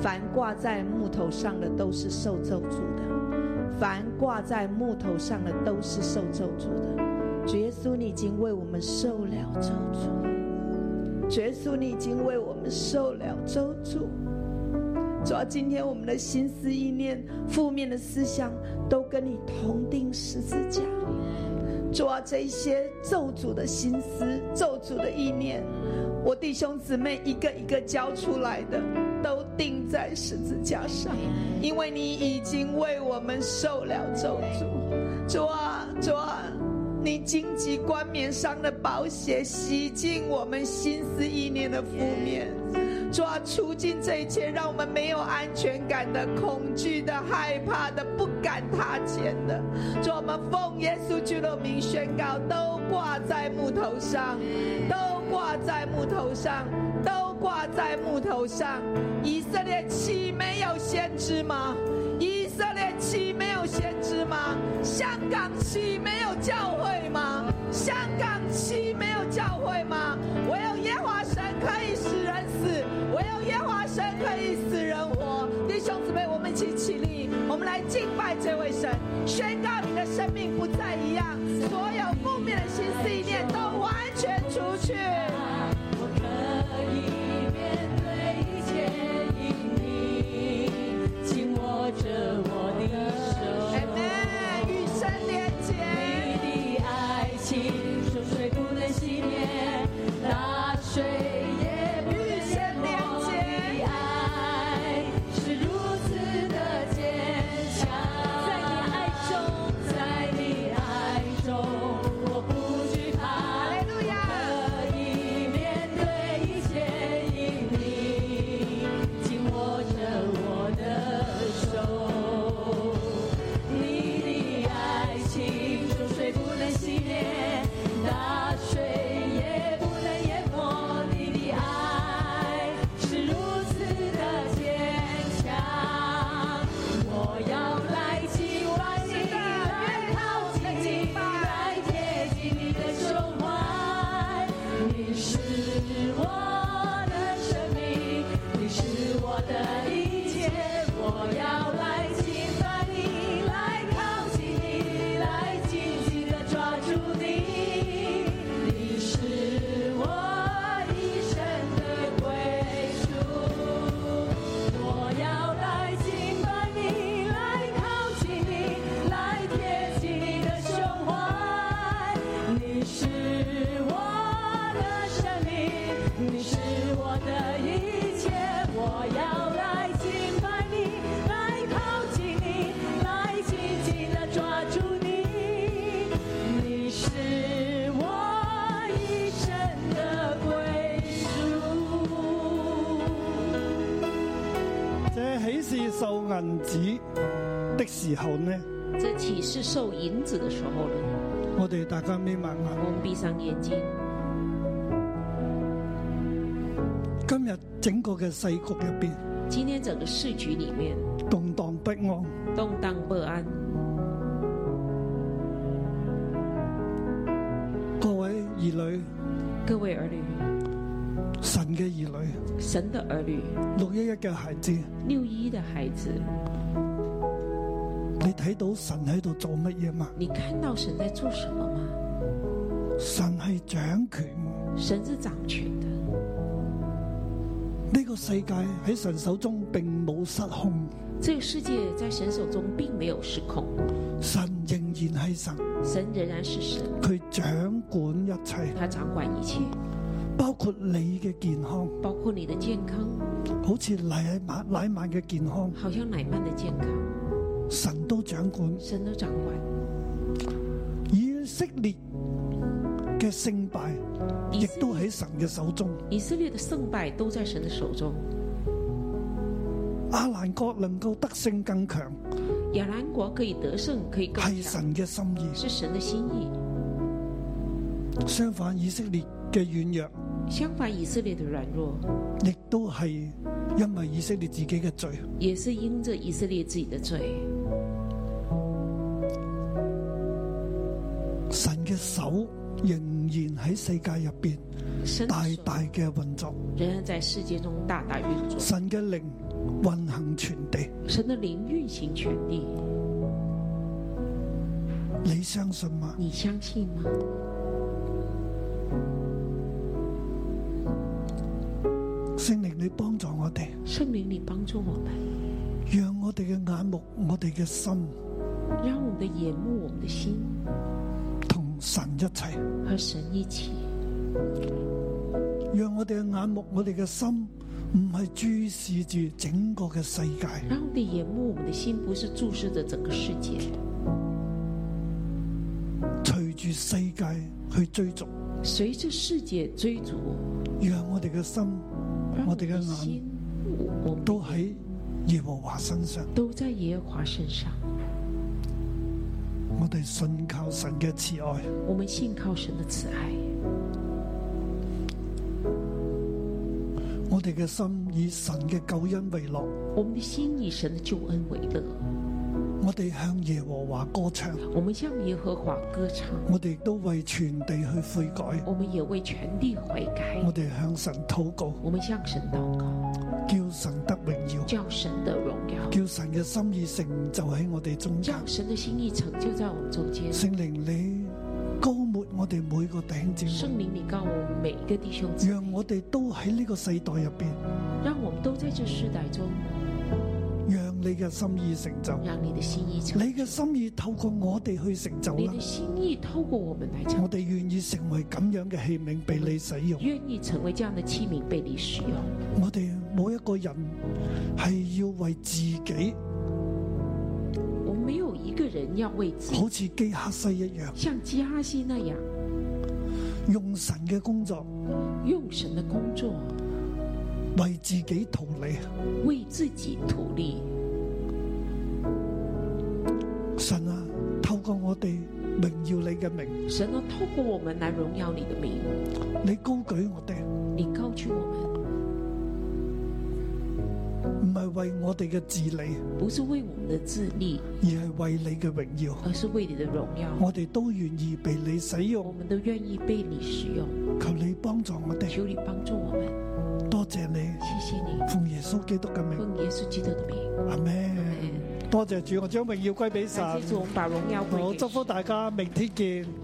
S4: 凡挂在木头上的都是受咒诅的，凡挂在木头上的都是受咒诅的。主耶稣，你已经为我们受了咒诅，主耶稣，你已经为我们受了咒诅。主要今天我们的心思意念、负面的思想都跟你同定十字架。主啊，这一些咒诅的心思、咒诅的意念，我弟兄姊妹一个一个交出来的，都钉在十字架上，因为你已经为我们受了咒诅。主啊，主啊，你荆棘冠冕上的宝血洗净我们心思意念的负面。主啊，除尽这一切，让我们没有安全感的、恐惧的、害怕的、不敢踏前的。主啊，我们奉耶稣基督的名宣告，都挂在木头上，都挂在木头上，都挂在木头上。以色列岂没有先知吗？以色列岂没有先知吗？香港岂没有教会吗？香港岂没有教会吗？唯有耶和华神可以使人死，唯有耶和华神可以使人活。弟兄姊妹，我们一起起立，我们来敬拜这位神，宣告你的生命不再一样，所有负面的心思意念都完全除去。Amen，与神连结。与神连结。
S7: 在你爱中，
S4: 哈利路亚！是的，愿好奇敬拜，
S8: 我
S2: 銀子的時候呢，
S3: 这启示受银子的时候呢，
S2: 我哋大家眯埋眼。
S3: 我们闭上眼睛。
S2: 今日整個嘅世局入邊
S3: 今天整个市局里面
S2: 動盪不安，
S3: 动荡不安，
S2: 各位兒女，
S3: 各位儿女，
S2: 神嘅兒女，
S3: 神的儿女，
S2: 六一一嘅孩子，你
S3: 六一的孩子，
S2: 睇到神喺度做乜嘢嘛？
S3: 你看到神在做什么吗？
S2: 神係掌權，呢、
S3: 神是掌权的，
S2: 個世界喺神手中並冇失控，
S3: 这个世界在神手中并没有失控，
S2: 神仍然係神，
S3: 神仍然是神，
S2: 佢掌管一切，
S3: 他掌管一切，
S2: 包括你嘅健康，
S3: 包括你的健康，
S2: 好似奶晚奶晚嘅健康，
S3: 好像乃曼的健康，
S2: 神都掌管。
S3: 神都掌管。
S2: 以色列嘅勝敗亦
S3: 以色列
S2: 都喺神嘅手中。
S3: 以色列的胜败都在神的手中，
S2: 阿蘭國能夠得勝更強，
S3: 亚兰国可以得胜，可以更
S2: 係
S3: 强，
S2: 神嘅心意。
S3: 是神的心意。
S2: 相反，以色列嘅軟弱，
S3: 相反，以色列的软弱
S2: 亦都係因為以色列自己嘅罪。
S3: 也是因着以色列自己的罪，
S2: 神嘅手仍然喺世界入边
S3: 神的
S2: 大
S3: 手
S2: 大嘅運作，
S3: 仍然在世界中大大运作，
S2: 神嘅靈運行全地。
S3: 神的灵运行全地，
S2: 你相信嗎？
S3: 你相信吗？
S2: 聖靈，你幫助我哋，
S3: 圣灵，你帮助我们，
S2: 讓我哋嘅眼目、我哋嘅心
S3: 让我们的眼目、我们的心
S2: 同神一齊。
S3: 和神一起，
S2: 让我哋嘅眼目、我哋嘅心唔系注视住整个嘅世界，
S3: 让我们的眼目、我们的心不是注视着整个世界，
S2: 随住世界去追逐，
S3: 随着世界追逐，
S2: 让我哋嘅心、
S3: 让
S2: 我
S3: 我
S2: 哋嘅
S3: 们
S2: 眼
S3: 的心，我我们
S2: 都喺耶和华身上。
S3: 都在耶和华身上，
S2: 我哋信靠神嘅慈爱，
S3: 我们信靠神的慈爱，
S2: 我哋嘅心以神嘅救恩为乐，
S3: 我们的心以神的救恩为乐，
S2: 我哋向耶和华歌唱，
S3: 我们向耶和华歌唱，
S2: 我哋亦都为全地去悔改，
S3: 我们也为全地悔改，
S2: 我哋向神祷告，
S3: 我们向神祷告。
S2: 叫神得荣耀，
S3: 叫神的荣耀，
S2: 叫神嘅心意成就喺我哋中间
S3: 叫。神的心意成就在我们中间。
S2: 圣灵，你高抹我哋每个弟兄姊妹。
S3: 圣灵，你告我们每一个弟兄姊
S2: 让
S3: 妹，
S2: 我哋都喺呢个世代入边，
S3: 让我们都在这世代中，
S2: 让你嘅心意成就，
S3: 让你的心意成
S2: 你，嘅心意透过我哋去成就
S3: 你
S2: 啦
S3: 的。心意透过我们来成
S2: 我，哋愿意成为咁样嘅器皿被你使用。
S3: 愿意成为这样的器皿被你使用。
S2: 我哋冇一个人系要为自己
S3: 我们没有一个人要为自己
S2: 好似基克西一样，
S3: 像基哈西那样
S2: 用神嘅工作
S3: 用神的工作
S2: 为自己逃离。
S3: 为自己图利。
S2: 神啊，透过我哋荣耀你嘅名，
S3: 神啊，透过我们来荣耀你的名，
S2: 你高举我哋，
S3: 你高举我们，
S2: 唔系为我哋嘅治理，
S3: 不是为我们的自利，
S2: 而系为你嘅荣耀。
S3: 而是为你的荣耀。
S2: 我哋都愿意被你使
S3: 我
S2: 用，
S3: 们都愿意被你使用，
S2: 求你帮助我哋。
S3: 求你帮助我们，
S2: 多謝你，
S3: 谢谢你，
S2: 奉耶穌基督嘅名，
S3: 奉耶稣基督的名，
S2: 阿咩？多謝主，我將榮耀歸俾神。
S3: 感谢主，我们把荣耀归
S2: 我
S3: 给
S2: 祝
S3: 神
S2: 福大家，明天見。